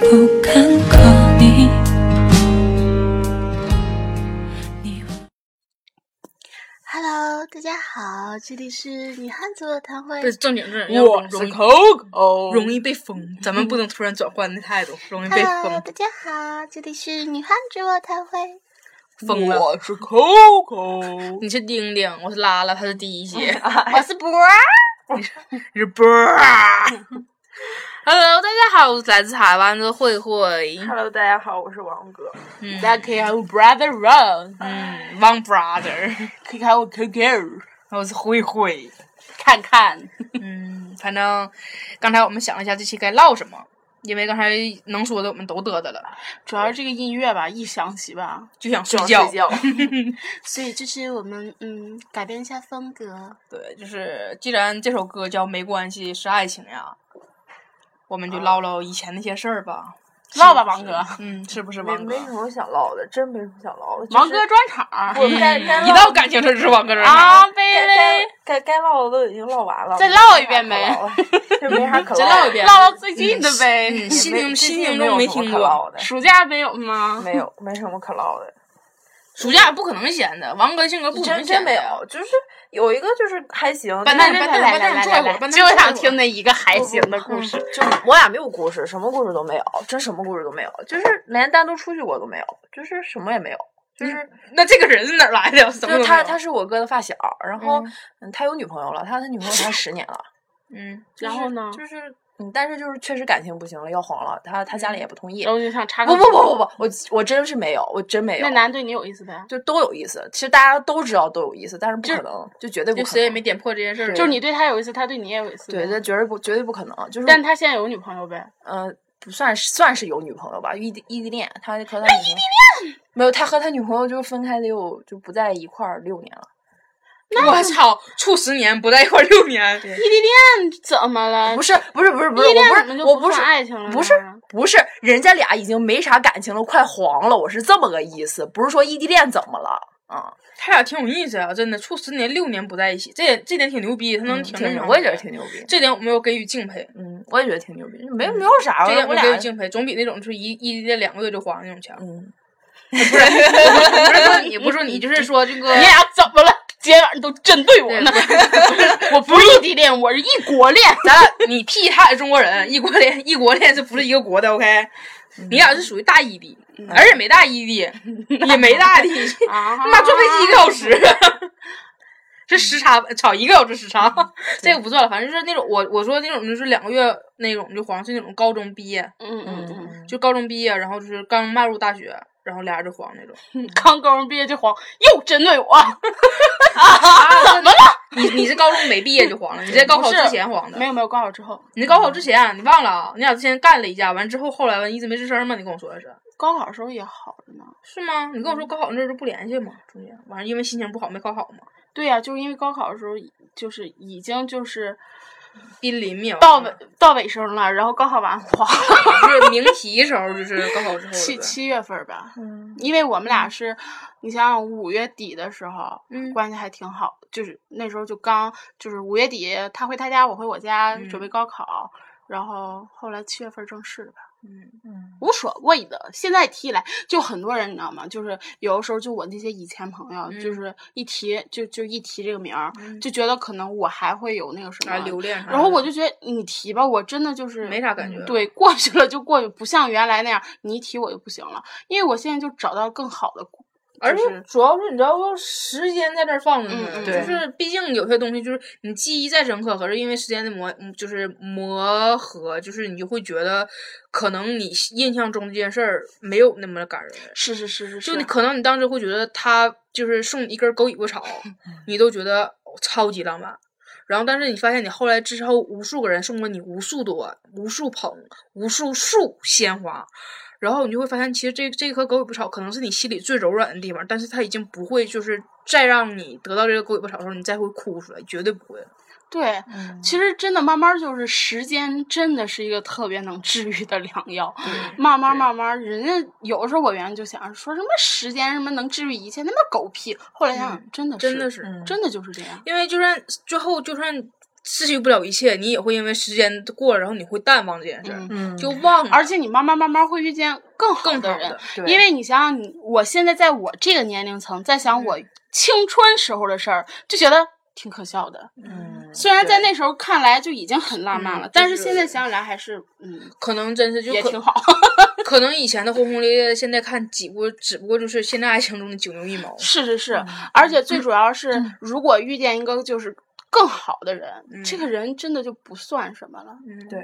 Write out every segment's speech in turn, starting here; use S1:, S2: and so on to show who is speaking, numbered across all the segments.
S1: 看过你。
S2: Hello，大家好，这里是女汉子的谈会
S3: 不。是正经正经，要
S4: 我
S3: 容
S4: 是嗯
S3: 易
S4: 口口，
S3: 容易被封，咱们不能突然转换的态 度，容易被
S2: Hello，
S3: 封
S4: 啊
S2: 大家好，这里是女汉子的谈会。
S3: 封了。
S4: 我是口口，
S3: 你是丁丁，我是拉拉，他是第一 姐，
S4: 啊
S2: 我是波儿，
S3: 你是波儿。Hello，大家好，我是来自台湾的慧 慧，
S4: Hello，大家好，我是王哥。
S3: 嗯
S4: 大家可以喊我 Brother Run，
S3: 嗯，One Brother，
S4: 可以喊我 QQ，
S3: 我是慧慧。
S4: 看看。
S3: 嗯，反正刚才我们想了一下这期该唠什么，因为刚才能说的我们都嘚嘚了，
S4: 主要是这个音乐吧，一响起吧
S3: 就想
S4: 就
S3: 睡
S4: 想
S3: 觉。
S4: 睡觉。
S2: 所以就是我们嗯改变一下风格，
S3: 对，就是既然这首歌叫《没关系是爱情》呀，我们就唠唠以前那些事儿吧。
S4: 唠吧，王哥，
S3: 嗯，是不是
S5: 没
S3: 王哥
S5: 没？什么想唠的，真没什么想唠的。
S4: 王
S5: 就
S4: 哥
S5: 是
S4: 专场
S5: 我该该
S3: 一
S5: 唠
S3: 到感情事儿就是王哥这儿
S4: 啊，
S3: 呢，
S4: 贝
S5: 该该
S4: 贝，
S5: 该该唠的都已经唠完了，
S4: 再唠一遍呗
S5: 就没啥可
S3: 再
S5: 唠
S3: 唠
S5: 的，
S3: 一遍
S4: 唠到最近的
S3: 嗯
S4: 呗。
S3: 新
S5: 没
S3: 听
S5: 最
S3: 新
S5: 近
S3: 听
S5: 没
S3: 众
S5: 有
S3: 没
S5: 什么
S3: 听
S5: 可
S3: 过
S5: 唠，的，
S4: 暑假没有吗？
S5: 没有没什么可唠的，
S3: 暑假不可能闲的，王哥性格不可
S5: 真
S3: 能
S5: 真
S3: 闲的
S5: 没
S3: 呀。
S5: 有，就是有一个就是还行，
S3: 笨
S5: 但
S3: 蛋
S5: 是
S3: 笨蛋笨蛋坐一会儿笨蛋
S4: 就
S3: 坐一会儿
S4: 想听那一个还行的故事。
S5: 就我俩没有故事，什么故事都没有，真什么故事都没有，就是连单独出去过都没有，就是什么也没有，就是
S3: 那这个人是哪儿来的？什
S5: 就
S3: 么
S5: 是
S3: 都没
S5: 他
S3: 有
S5: 他是我哥的发小，然后嗯他有女朋友了，他他女朋友谈十年了。
S3: 嗯，
S5: 就
S4: 然
S5: 是
S4: 后呢
S5: 就是，嗯，但是就是确实感情不行了，要黄了，他他家里也不同意。
S3: 嗯
S4: 然后就想插
S5: 不
S4: 个
S5: 不不不不，我我真是没有，我真没
S4: 那。
S5: 有
S4: 男对你有意思呗？
S5: 就都有意思，其实大家都知道都有意思，但是不
S3: 就
S5: 可能，就绝对不
S3: 就
S5: 可能。
S3: 谁也没点破这件事儿。
S4: 就是你对他有意思，他对你也有意思。
S5: 对，这，绝对不绝对不可能。就是，
S4: 但他现在有女朋友呗？
S5: 呃，不算是算是有女朋友吧，异地异地恋，他和他女朋友没有，他和他女朋友就是分开得有就不在一块儿六年了，
S3: 我操，处十年不在一块儿六年，
S4: 异地恋怎么了？
S5: 不是不是不是不是，
S4: 嗯异地恋
S5: 我
S4: 怎
S5: 不
S4: 么
S5: 是
S4: 就
S5: 我
S4: 不
S5: 是
S4: 算爱情了呢
S5: 不是不是，人家俩已经没啥感情了，快黄了，我是这么个意思，不是说异地恋怎么了啊？
S3: 他俩挺有意思啊，真的，处十年六年不在一起，这点这点挺牛逼，他能
S5: 嗯
S3: 挺
S5: 挺
S3: 那
S5: 牛
S3: 啥。
S5: 我也觉得挺牛逼。
S3: 这点我没有给予敬佩，
S5: 嗯，我也觉得挺牛逼，没没有啥，
S3: 这点
S5: 我
S3: 我
S5: 俩
S3: 给予敬佩，总比那种就是一异地恋两个月就黄那种 强。
S5: 嗯，
S3: 不是不是说你，不是说你，就是说这 个
S4: 你俩怎么了？今天晚上都针对我呢？ 我不是异地恋，我是异国恋。
S3: 咱俩你屁，他也是中国人，异国恋，异国恋是不是一个国的？OK，你
S5: 嗯
S3: 俩是属于大异地，而且没大异 地，也没大地，
S4: 啊
S3: 他妈坐飞机一个小 时，这时差操一个小时时差，
S4: 嗯
S3: 这个不算了，反正就是那种我我说那种就是两个月那种就黄是那种高中毕业，
S4: 嗯嗯
S3: 就高中毕业，然后就是刚迈入大学，然后俩人就黄那种。
S4: 嗯，刚高中毕业就黄，又针对我。
S3: 啊，怎么了？你你是高中没毕业就黄了，你在高考之前黄的
S4: 没。有没有，高考之后，
S3: 你高考之前，你忘了啊？你俩之前干了一架，完之后后来完一直没吱声吗？你跟我说的是
S4: 高考的时候也好着呢。
S3: 是吗？你跟
S4: 嗯
S3: 我说高考那阵儿就不联系嘛，中间完了因为心情不好没考好嘛，
S4: 对呀、就是因为高考的时候，就是已经就是
S3: 濒临灭亡
S4: 到尾
S3: 了。
S4: 到尾声了，然后高考完黄了
S3: 就是明题时候，就是高考之后了
S4: 七
S3: 呗。
S4: 七月份吧。因为我们俩是，你想想五月底的时候，
S3: 嗯
S4: 关系还挺好，就是那时候就刚就是五月底，他回他家，我回我家，
S3: 嗯
S4: 准备高考，然后后来七月份正式的吧。
S3: 嗯
S4: 无所谓的，现在提起来，就很多人你知道吗？就是有的时候，就我那些以前朋友，就是一提就就一提这个名儿，
S3: 嗯
S4: 就觉得可能我还会有那个什么
S3: 啊，留恋啥的。
S4: 然后我就觉得你提吧，我真的就是嗯
S3: 没啥感觉了
S4: 对，过去了就过去，不像原来那样，你一提我就不行了，因为我现在就找到更好的工，
S3: 而
S4: 就
S3: 且
S4: 是
S3: 主要是你知道不，时间在这儿放着呢，
S4: 嗯嗯
S3: 就
S5: 对
S3: 是毕竟有些东西就是你记忆再深刻，可是因为时间的磨，嗯就是磨合，就是你就会觉得可能你印象中这件事儿没有那么感人，
S4: 是是是是
S3: 就你
S4: 是，
S3: 可能你当时会觉得他就是送你一根狗尾巴草，
S4: 嗯
S3: 你都觉得哦超级浪漫。然后，但是你发现你后来之后，无数个人送过你无数朵、无数捧、无数束鲜花，然后你就会发现，其实这这颗狗尾巴草可能是你心里最柔软的地方，但是它已经不会就是再让你得到这个狗尾巴草的时候，你再会哭出来，绝对不会。
S4: 哦对，
S3: 嗯
S4: 其实真的慢慢就是时间真的是一个特别能治愈的良药，慢慢
S3: 对
S4: 慢慢，人家有的时候我原来就想说什么时间什么能治愈一切，那么狗屁，后来想想真的
S3: 嗯真的
S4: 是
S3: 是，
S5: 嗯
S4: 真的就是这样，
S3: 因为就算最后就算失去不了一切，你也会因为时间过了，然后你会淡忘这件事儿，
S4: 嗯
S5: 嗯
S3: 就忘了。
S4: 而且你慢慢慢慢会遇见更好
S3: 更
S4: 的
S3: 好
S4: 人
S3: 的，
S5: 对
S4: 因为你想想你，我现在在我这个年龄层，在
S3: 嗯
S4: 想我青春时候的事儿，就觉得挺可笑的。
S5: 嗯
S4: 虽然在
S5: 对
S4: 那时候看来就已经很浪漫了，
S3: 嗯
S4: 但
S3: 就是是
S4: 现在想起来还是，嗯，
S3: 可能真是就
S4: 也
S3: 可
S4: 挺 好。
S3: 可能以前的轰轰烈烈，现在看只不过只不过就是现在爱情中的九牛一毛。
S4: 是是
S3: 嗯
S4: 是，而且最主要是，如果遇见一个就是更好的人，
S3: 嗯
S4: 这个人真的就不算什么了，
S3: 嗯，
S5: 对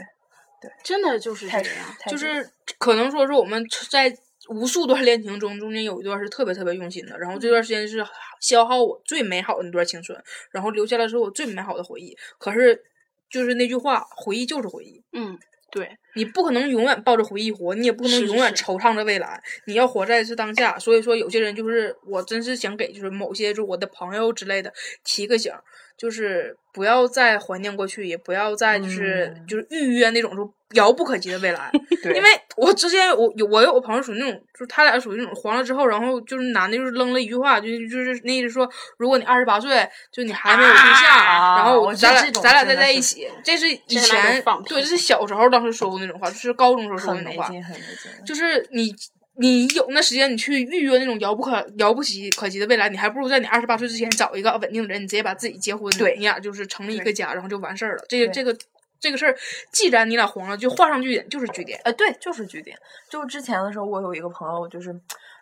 S4: 真的就是这
S5: 太
S4: 样。
S5: 太
S3: 就是可能说是我们在无数段恋情中，中间有一段是特别特别用心的，然后这
S4: 嗯
S3: 段时间是消耗我最美好的那段青春，然后留下了是我最美好的回忆。可是就是那句话，回忆就是回忆。
S4: 嗯，对，
S3: 你不可能永远抱着回忆活，你也不可能
S4: 是是
S3: 永远
S4: 是
S3: 惆怅着未来，你要活在是当下。所以说，有些人就是我真是想给就是某些就是我的朋友之类的提个醒儿，就是不要再怀念过去，也不要再就是、
S5: 嗯
S3: 就是预约那种说遥不可及的未来，
S5: 对
S3: 因为我之前我有我有个朋友属于那种，就是他俩属于那种黄了之后，然后就是男的就是扔了一句话，就是就是那意思说，如果你二十八岁，就你还没有对象，
S5: 啊
S3: 然后
S5: 我觉
S3: 咱
S5: 得
S3: 俩
S5: 这种
S3: 咱俩
S5: 真
S3: 再
S5: 的
S3: 在
S5: 是
S3: 一起，这是以
S4: 这是那种
S3: 前
S4: 放
S3: 对，
S4: 屁
S3: 这是小时候当时说过那种话，就是高中时候说的
S5: 很
S3: 那
S5: 没
S3: 种话，
S5: 劲，很没劲。
S3: 就是你你有那时间，你去预约那种遥不可遥不及可及的未来，你还不如在你二十八岁之前找一个稳定的人，你直接把自己结婚，
S5: 对
S3: 你俩就是成立一个
S5: 对
S3: 家，然后就完事儿了。这个
S5: 对
S3: 这个这个事儿，既然你俩黄了，就画上句点，就是句点。
S5: 呃，对，就是据点。就之前的时候，我有一个朋友，就是，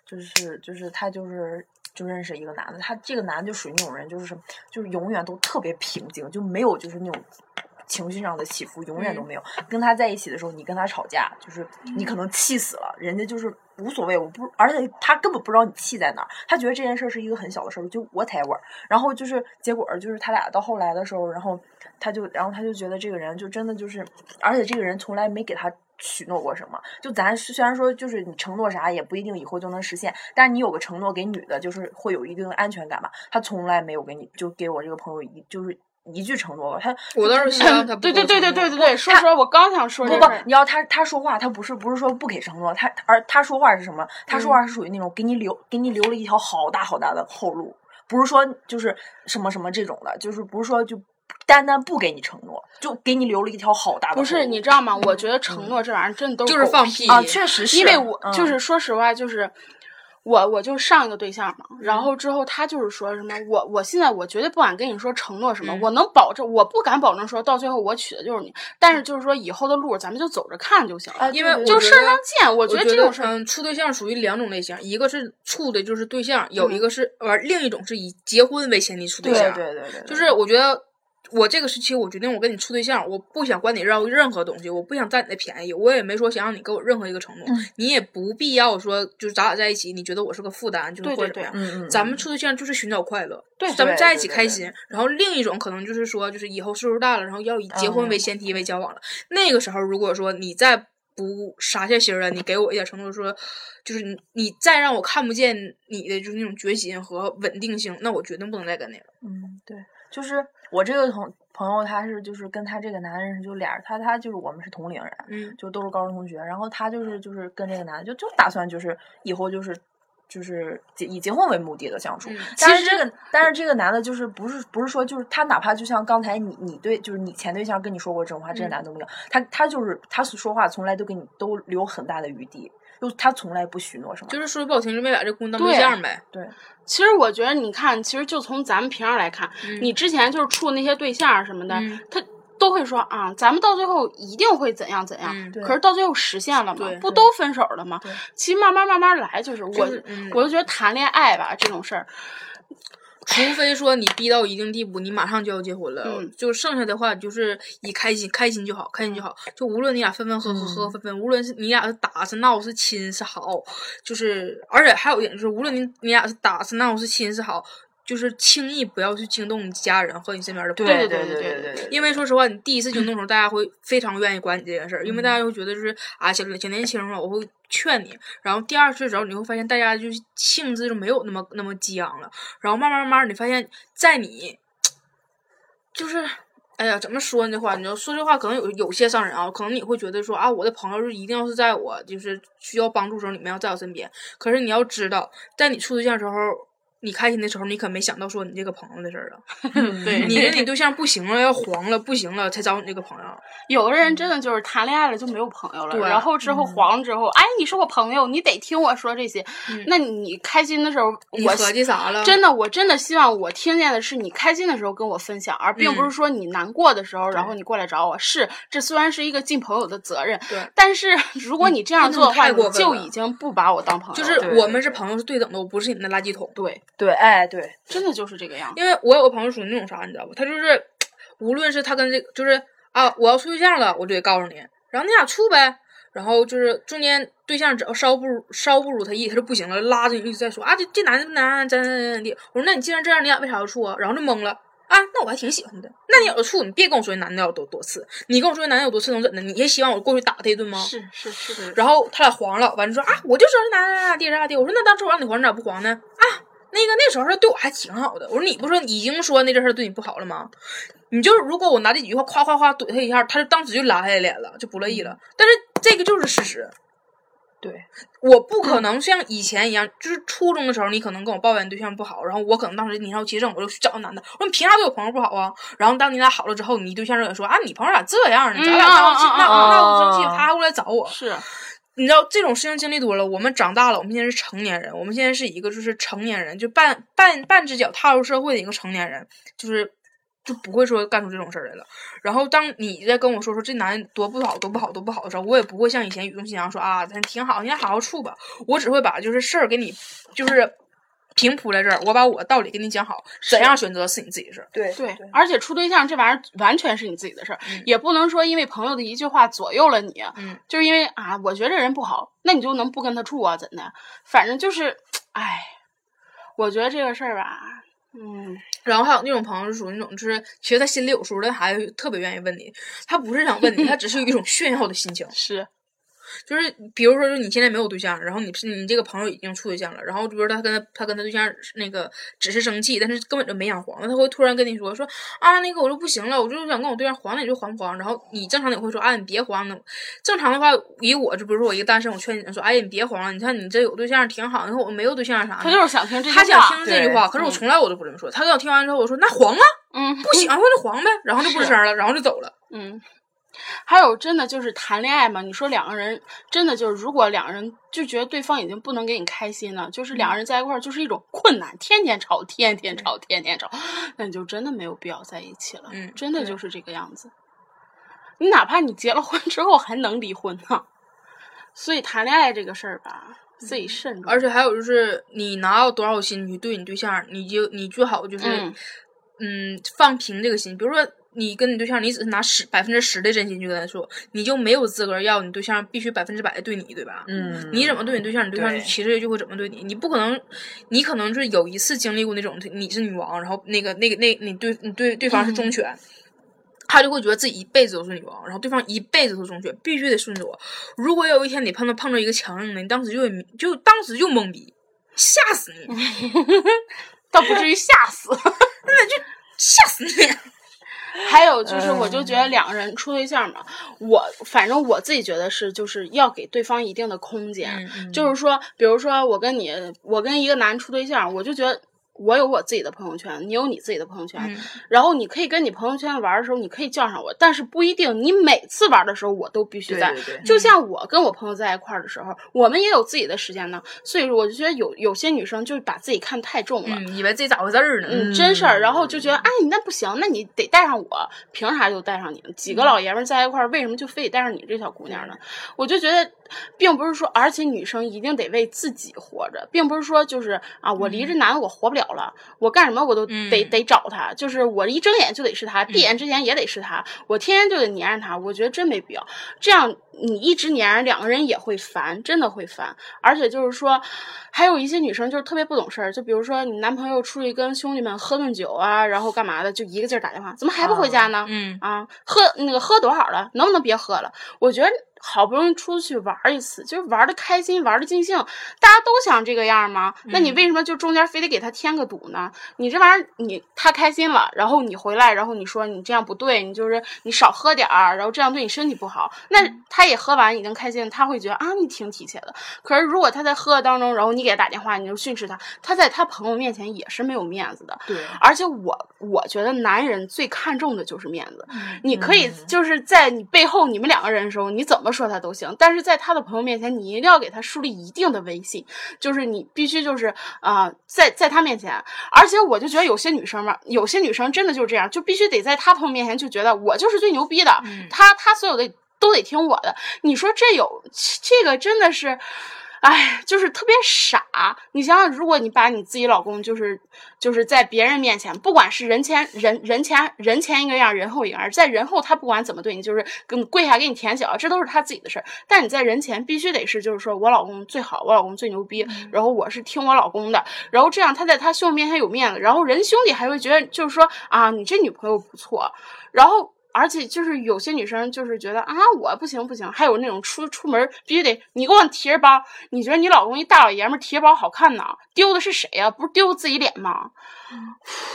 S5: 就是，就是他就是就认识一个男的，他这个男的就属于那种人，就是什么，就是永远都特别平静，就没有就是那种情绪上的起伏，永远都
S3: 嗯
S5: 没有。跟他在一起的时候，你跟他吵架，就是你可能气死了，人家就是无所谓，我不，而且他根本不知道你气在哪儿，他觉得这件事儿是一个很小的事儿，就 whatever。然后就是结果儿就是他俩到后来的时候，然后他就然后他就觉得这个人就真的就是，而且这个人从来没给他许诺过什么。就咱虽然说就是你承诺啥也不一定以后就能实现，但是你有个承诺给女的，就是会有一定的安全感吧。他从来没有给你就给我这个朋友一就是一句承诺吧。他
S3: 我倒是希望他不
S4: 对对
S3: 给我
S4: 对对
S3: 承
S4: 对
S3: 诺
S4: 对对，说实话，我刚想说
S5: 不
S4: 这
S5: 不
S4: 事儿，
S5: 你要他他说话，他不是不是说不给承诺，他而他说话是什么？他说话是属于那种给你留给你留了一条好大好大的后路，不是说就是什么什么这种的，就是不是说就单单不给你承诺，就给你留了一条好大的后
S4: 不
S5: 路。
S4: 是你知道吗？我觉得承诺这玩意儿真的
S3: 嗯
S4: 都
S3: 就是
S4: 狗
S3: 放
S4: 屁
S3: 屁
S5: 啊，确实是，
S4: 因为我
S5: 嗯
S4: 就是说实话，就是我我就上一个对象嘛，
S3: 嗯
S4: 然后之后他就是说什么我我现在我绝对不敢跟你说承诺什么，
S3: 嗯
S4: 我能保证我不敢保证说到最后我娶的就是你，但
S3: 嗯
S4: 是就是说以后的路咱们就走着看就行
S5: 啊
S4: 了，
S3: 因
S5: 对
S3: 为
S5: 对
S4: 就
S3: 我
S5: 对
S3: 觉
S4: 事儿
S3: 得
S4: 上见。我
S3: 我
S4: 觉得这种事儿，
S3: 嗯，处对象属于两种类型，一个是处的就是对象，有一
S4: 嗯
S3: 个是呃，另一种是以结婚为前提处
S5: 对
S3: 象，
S5: 对对对，对
S3: 就是我觉得我这个时期，我决定我跟你处对象，我不想管你要任何东西，我不想占你的便宜，我也没说想让你给我任何一个承诺，
S5: 嗯
S3: 你也不必要说就是咱俩在一起，你觉得我是个负担，就是
S4: 对
S3: 或
S4: 对
S3: 者怎么
S4: 对
S3: 样。
S5: 嗯嗯，
S3: 咱们处对象就是寻找快乐，
S4: 对
S3: 咱们
S5: 对
S3: 在
S5: 对
S3: 一起
S5: 对
S3: 开
S5: 对
S3: 心。然后另一种可能就是说，就是以后岁数大了，然后要以结婚为
S5: 嗯
S3: 前提为交往了。那个时候，如果说你再不杀下心儿了，你给我一点承诺说，就是你你再让我看不见你的就是那种决心和稳定性，那我决定不能再跟你了。
S5: 嗯，对，就是我这个同朋友，他是就是跟他这个男人是就俩人，他他就是我们是同龄人，
S3: 嗯
S5: 就都是高中同学，然后他就是就是跟这个男的就就打算就是以后就是就是结以结婚为目的的相处。
S3: 嗯
S5: 但是
S4: 其实
S5: 这个但是这个男的就是不是不是说就是他哪怕就像刚才你你对就是你前对象跟你说过这种话，这个
S3: 嗯
S5: 男的都没有，他他就是他说话从来都给你都留很大的余地，就他从来不许诺什么。
S3: 就是说不好听，就没把这姑娘当对
S4: 对
S3: 象呗。
S5: 对，
S4: 其实我觉得你看，其实就从咱们平常来看，
S3: 嗯
S4: 你之前就是处那些对象什么的，
S3: 嗯
S4: 他。都会说啊，咱们到最后一定会怎样怎样，
S3: 嗯
S5: 对
S4: 可是到最后实现了吗
S3: 对？
S4: 不
S5: 对
S4: 都分手了吗
S5: 对？
S4: 其实慢慢慢慢来，就是我，
S3: 就是嗯
S4: 我就觉得谈恋爱吧这种事儿，
S3: 除非说你逼到一定地步，你马上就要结婚了，
S4: 嗯
S3: 就剩下的话就是以开心开心就好，开心就好。就无论你俩分分合合
S4: 嗯
S3: 合合分分，无论是你俩是打是闹是亲是好，就是而且还有一点就是，无论你你俩是打是闹是亲是好，就是轻易不要去惊动你家人和你身边的朋友。
S4: 对对对
S5: 对对
S3: 因为说实话，你第一次惊动的时候，大家会非常愿意管你这件事儿，因为大家会觉得就是啊，小小年轻嘛，我会劝你。然后第二次的时候，你会发现大家就是性子就没有那么那么激昂了。然后慢慢慢慢，你发现，在你就是。哎呀，怎么说呢？这话，你要说这话，可能有有些伤人啊。可能你会觉得说啊，我的朋友是一定要是在我就是需要帮助的时候，你们要在我身边。可是你要知道，在你处对象的时候，你开心的时候，你可没想到说你这个朋友的事儿啊。
S4: 对，
S3: 你跟你对象不行了，要黄了，不行了，才找你这个朋友。
S4: 有的人真的就是谈恋爱了就没有朋友了，
S3: 对嗯
S4: 然后之后黄了之后，哎，你是我朋友，你得听我说这些。那你开心的时候，
S3: 嗯你
S4: 我
S3: 合计啥了？
S4: 真的，我真的希望我听见的是你开心的时候跟我分享，而并不是
S3: 嗯
S4: 说你难过的时候，然
S3: 对
S4: 后你过来找我。是，这虽然是一个尽朋友的责任，
S3: 对
S4: 但是如果你这
S3: 不
S4: 样
S3: 能
S4: 做的话，
S3: 太过
S4: 你
S3: 分
S4: 就
S3: 了
S4: 已经不把我当朋友了。
S3: 就是
S5: 对
S3: 我
S5: 对
S3: 们是
S5: 对
S3: 朋友是对等的，我不是你的垃圾桶。
S4: 对，
S5: 对，哎，对，
S4: 真的就是这个样子。
S3: 因为我有个朋友属于那种啥，你知道吧？他就是，无论是他跟这个，就是啊，我要处对象了，我就得告诉你，然后你俩处呗。然后就是中间对象只要稍不如稍不如他意，他就不行了，拉着你一直在说啊，这这男的不男怎怎怎怎的。我说那你既然这样，你俩为啥要处啊？然后就懵了啊，那我还挺喜欢的。那你要是处，你别跟我说男的有多多次，你跟我说男的有多次能怎的？你也希望我过去打他一顿吗？
S4: 是是是，
S3: 然后他俩黄了，完了说啊，我就知道这男的咋地咋地。我说那当初我让你黄，你咋不黄呢？啊，那个那时候他对我还挺好的。我说你不说已经说那阵事儿对你不好了吗？你就如果我拿这几句话夸夸夸怼他一下，他就当时就拉下脸了，就不乐意
S4: 嗯
S3: 了。但是这个就是事实。
S5: 对，
S3: 我不可能像以前一样，就是初中的时候，你可能跟我抱怨对象不好，然后我可能当时年少气盛，我就去找个男的，我说你凭啥对我朋友不好啊？然后当你俩好了之后，你对象就说啊，你朋友咋这样呢？咱俩闹气，那
S4: 嗯
S3: 那我生气
S5: 嗯嗯嗯，
S3: 他还会来找我。
S4: 是
S3: 你知道这种事情经历多了，我们长大了，我们现在是成年人，我们现在是一个就是成年人，就半半半只脚踏入社会的一个成年人，就是就不会说干出这种事儿来了。然后当你在跟我说说这男人多不好多不好多不好的时候，我也不会像以前语重心长说啊，咱挺好，你俩好好处吧。我只会把就是事儿给你就是平铺在这儿，我把我道理给你讲好，怎样选择是你自己的事儿。
S5: 对，
S4: 对，而且处对象这玩意儿完全是你自己的事儿，也不能说因为朋友的一句话左右了你，
S3: 嗯
S4: 就是因为啊，我觉得这人不好，那你就能不跟他处啊？怎的？反正就是，哎，我觉得这个事儿吧，嗯，
S3: 然后还有那种朋友是属于那种，就是其实他心里有数，但还特别愿意问你，他不是想问你，他只是有一种炫耀的心情。
S4: 是
S3: 就是比如说，就是你现在没有对象，然后你是你这个朋友已经处对象了，然后比如说他跟他他跟他对象是那个只是生气，但是根本就没想黄，那他会突然跟你说说啊，那个我就不行了，我就是想跟我对象黄，那你就黄不黄？然后你正常你会说啊，你别黄呢。正常的话，以我就比如说我一个单身，我劝你说，哎呀，你别黄了，你看你这有对象挺好，你看我没有对象啥的。
S4: 他就是想听这句话，
S3: 啊他想听这句话，
S5: 对
S3: 可是我从来我都不这么说。他给我听完之后，我说那黄啊，
S4: 嗯
S3: 不喜欢我就黄呗，然后就不吱声了，然后就走了。
S4: 嗯。还有，真的就是谈恋爱嘛？你说两个人真的就是，如果两个人就觉得对方已经不能给你开心了，就是两
S3: 嗯
S4: 个人在一块儿就是一种困难，天天吵，天天吵，天天吵，那你就真的没有必要在一起了。
S3: 嗯
S4: 真的
S3: 对
S4: 就是这个样子。你哪怕你结了婚之后还能离婚呢，所以谈恋爱这个事儿吧，自己慎
S3: 嗯
S4: 重。
S3: 而且还有就是，你拿到多少心去对你对象，你就你最好就是，
S4: 嗯
S3: 嗯放平这个心。比如说，你跟你对象，你只是拿十百分之十的真心去跟他说，你就没有资格要你对象必须百分之百的对你，对吧？
S5: 嗯，
S3: 你怎么对你对象，你对象
S5: 对
S3: 其实就会怎么对你。你不可能，你可能是有一次经历过那种，你是女王，然后那个那个那你对你对对方 是忠犬，他就会觉得自己一辈子都是女王，然后对方一辈子都是忠犬，必须得顺着我。如果有一天你碰到碰到一个强硬的，你当时就会迷就当时就懵逼，吓死你，
S4: 倒不至于吓死。
S3: 吓死你！
S4: 还有就是，我就觉
S3: 嗯
S4: 得两个人处对象嘛，我反正我自己觉得是，就是要给对方一定的空
S3: 嗯
S4: 间。
S5: 嗯
S4: 就是说，比如说我跟你，我跟一个男处对象，我就觉得我有我自己的朋友圈，你有你自己的朋友圈，
S3: 嗯
S4: 然后你可以跟你朋友圈玩的时候，你可以叫上我，但是不一定你每次玩的时候我都必须
S5: 对
S4: 在。
S5: 对对嗯
S4: 就像我跟我朋友在一块儿的时候，我们也有自己的时间呢，所以说我就觉得有有些女生就把自己看太重了。
S3: 嗯，以为自己咋回事儿呢？
S4: 嗯，真事儿，然后就觉得，哎，你那不行，那你得带上我，凭啥就带上你呢？几个老爷们儿在一块儿，为什么就非得带上你这小姑娘呢？我就觉得，并不是说，而且女生一定得为自己活着，并不是说就是啊，我离这男的我活不了了，我干什么我都得、
S3: 嗯
S4: 得找他，就是我一睁眼就得是他，闭眼之前也得是他，我天天就得粘着他，我觉得真没必要。这样你一直粘着，两个人也会烦，真的会烦。而且就是说，还有一些女生就是特别不懂事儿，就比如说你男朋友出去跟兄弟们喝顿酒啊，然后干嘛的，就一个劲儿打电话，怎么还不回家呢？
S3: 嗯
S4: 啊，喝那个喝多少了？能不能别喝了？我觉得好不容易出去玩儿一次，就是玩的开心，玩的尽兴，大家都想这个样儿吗？那你为什么就中间非得给他添个堵呢？你这玩意儿，你他开心了，然后你回来，然后你说你这样不对，你就是你少喝点儿，然后这样对你身体不好。那他也喝完已经开心了，他会觉得啊，你挺体贴的。可是如果他在喝的当中，然后你给他打电话，你就训斥他，他在他朋友面前也是没有面子的。
S5: 对，
S4: 而且我我觉得男人最看重的就是面子，你可以就是在你背后你们两个人的时候，你怎么说他都行，但是在他的朋友面前，你一定要给他树立一定的威信，就是你必须就是啊、呃在在他面前，而且我就觉得有些女生嘛，有些女生真的就是这样，就必须得在他朋友面前就觉得我就是最牛逼的，他他所有的都得听我的，你说这有这个真的是。哎，就是特别傻。你想想，如果你把你自己老公，就是就是在别人面前，不管是人前人人前人前一个样，人后一个样，在人后他不管怎么对你，就是跟跪下给你舔脚，这都是他自己的事儿。但你在人前必须得是，就是说我老公最好，我老公最牛逼，然后我是听我老公的，然后这样他在他兄弟面前有面子，然后人兄弟还会觉得就是说啊，你这女朋友不错，然后。而且就是有些女生就是觉得啊，我不行不行，还有那种出出门必须得你给我提着包，你觉得你老公一大老爷们儿提着包好看呢？丢的是谁呀、不是丢自己脸吗？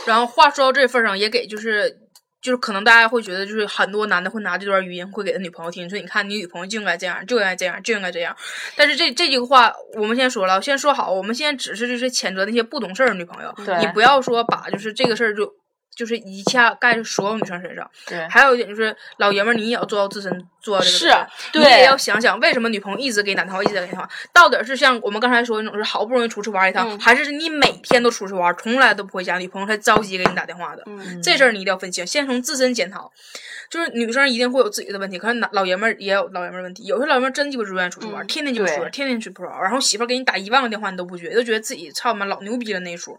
S3: 然后话说到这份儿上，也给就是就是可能大家会觉得，就是很多男的会拿这段语音会给他女朋友听，说你看你女朋友就应该这样，就应该这样，就应该这样。但是这这句话我们先说了，先说好，我们现在只是就是谴责那些不懂事儿的女朋友，
S5: 对
S4: 嗯
S3: 你不要说把就是这个事儿就。就是一下盖所有女生身上，
S5: 对
S3: 还有一点就是老爷们儿，你也要做到自身，做到这个
S4: 是啊
S3: 地方
S4: 对
S3: 你也要想想为什么女朋友一直给你打电话，一直给你打电话，到底是像我们刚才说的那种是好不容易出去玩一趟，
S4: 嗯
S3: 还是你每天都出去玩，从来都不回家，女朋友才着急给你打电话的？
S4: 嗯，
S3: 这事儿你一定要分清，先从自身检讨。就是女生一定会有自己的问题，可是男老爷们儿也有老爷们儿问题。有些老爷们儿真鸡巴不愿意出去玩，
S4: 嗯
S3: 天天就不出去玩，
S5: 对
S3: 天天去不出去玩。然后媳妇儿给你打一万个电话，你都不觉得，就觉得自己操他妈老牛逼了那一出。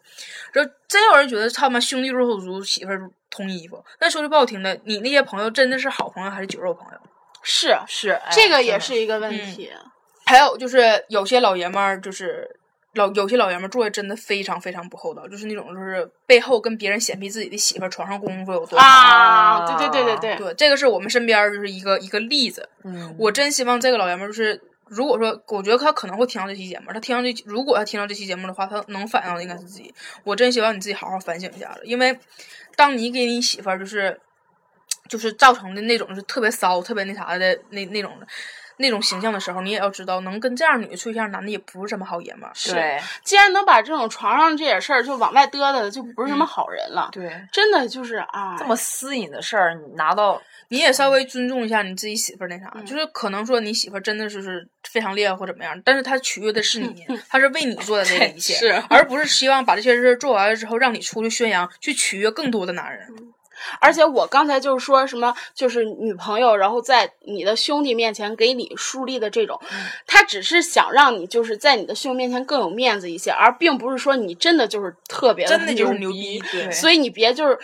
S3: 这真有人觉得操他妈兄弟如手足，媳妇儿如同衣服。但说句不好听的，你那些朋友真的是好朋友还是酒肉朋友？
S4: 是
S5: 是哎
S4: 这个
S5: 真
S4: 也
S5: 的
S4: 是一个问
S3: 嗯
S4: 题。
S3: 还有就是有些老爷们儿就是。老有些老爷们儿做的真的非常非常不厚道，就是那种就是背后跟别人显摆自己的媳妇儿床上功夫有多好
S4: 啊，对对对对
S3: 嗯
S4: 对，
S3: 对，这个是我们身边儿就是一个一个例子。
S5: 嗯，
S3: 我真希望这个老爷们儿就是，如果说我觉得他可能会听到这期节目，他听到这期如果他听到这期节目的话，他能反映的应该是自己。我真希望你自己好好反省一下了，因为当你给你媳妇儿就是就是造成的那种就是特别骚、特别那啥的那那种的。那种形象的时候，你也要知道，能跟这样女的处对象，男的也不是什么好爷们儿。
S5: 对
S4: 既然能把这种床上这点事儿就往外嘚嘚的，就不是什么
S3: 嗯
S4: 好人了。
S5: 对，
S4: 真的就是啊，
S5: 这么私隐的事儿，你拿到
S3: 你也稍微尊重一下你自己媳妇儿那啥，就是可能说你媳妇儿真的就是非常厉害或怎么样，但是她取悦的是你，她是为你做的这一切，
S4: 是
S3: 而不是希望把这些事儿做完了之后让你出去宣扬，去取悦更多的男人。
S4: 而且我刚才就是说什么，就是女朋友，然后在你的兄弟面前给你树立的这种，
S3: 嗯
S4: 他只是想让你就是在你的兄弟面前更有面子一些，而并不是说你真的就是特别
S3: 真的就是牛
S4: 牛
S3: 逼
S5: 对
S4: 所以你别就是。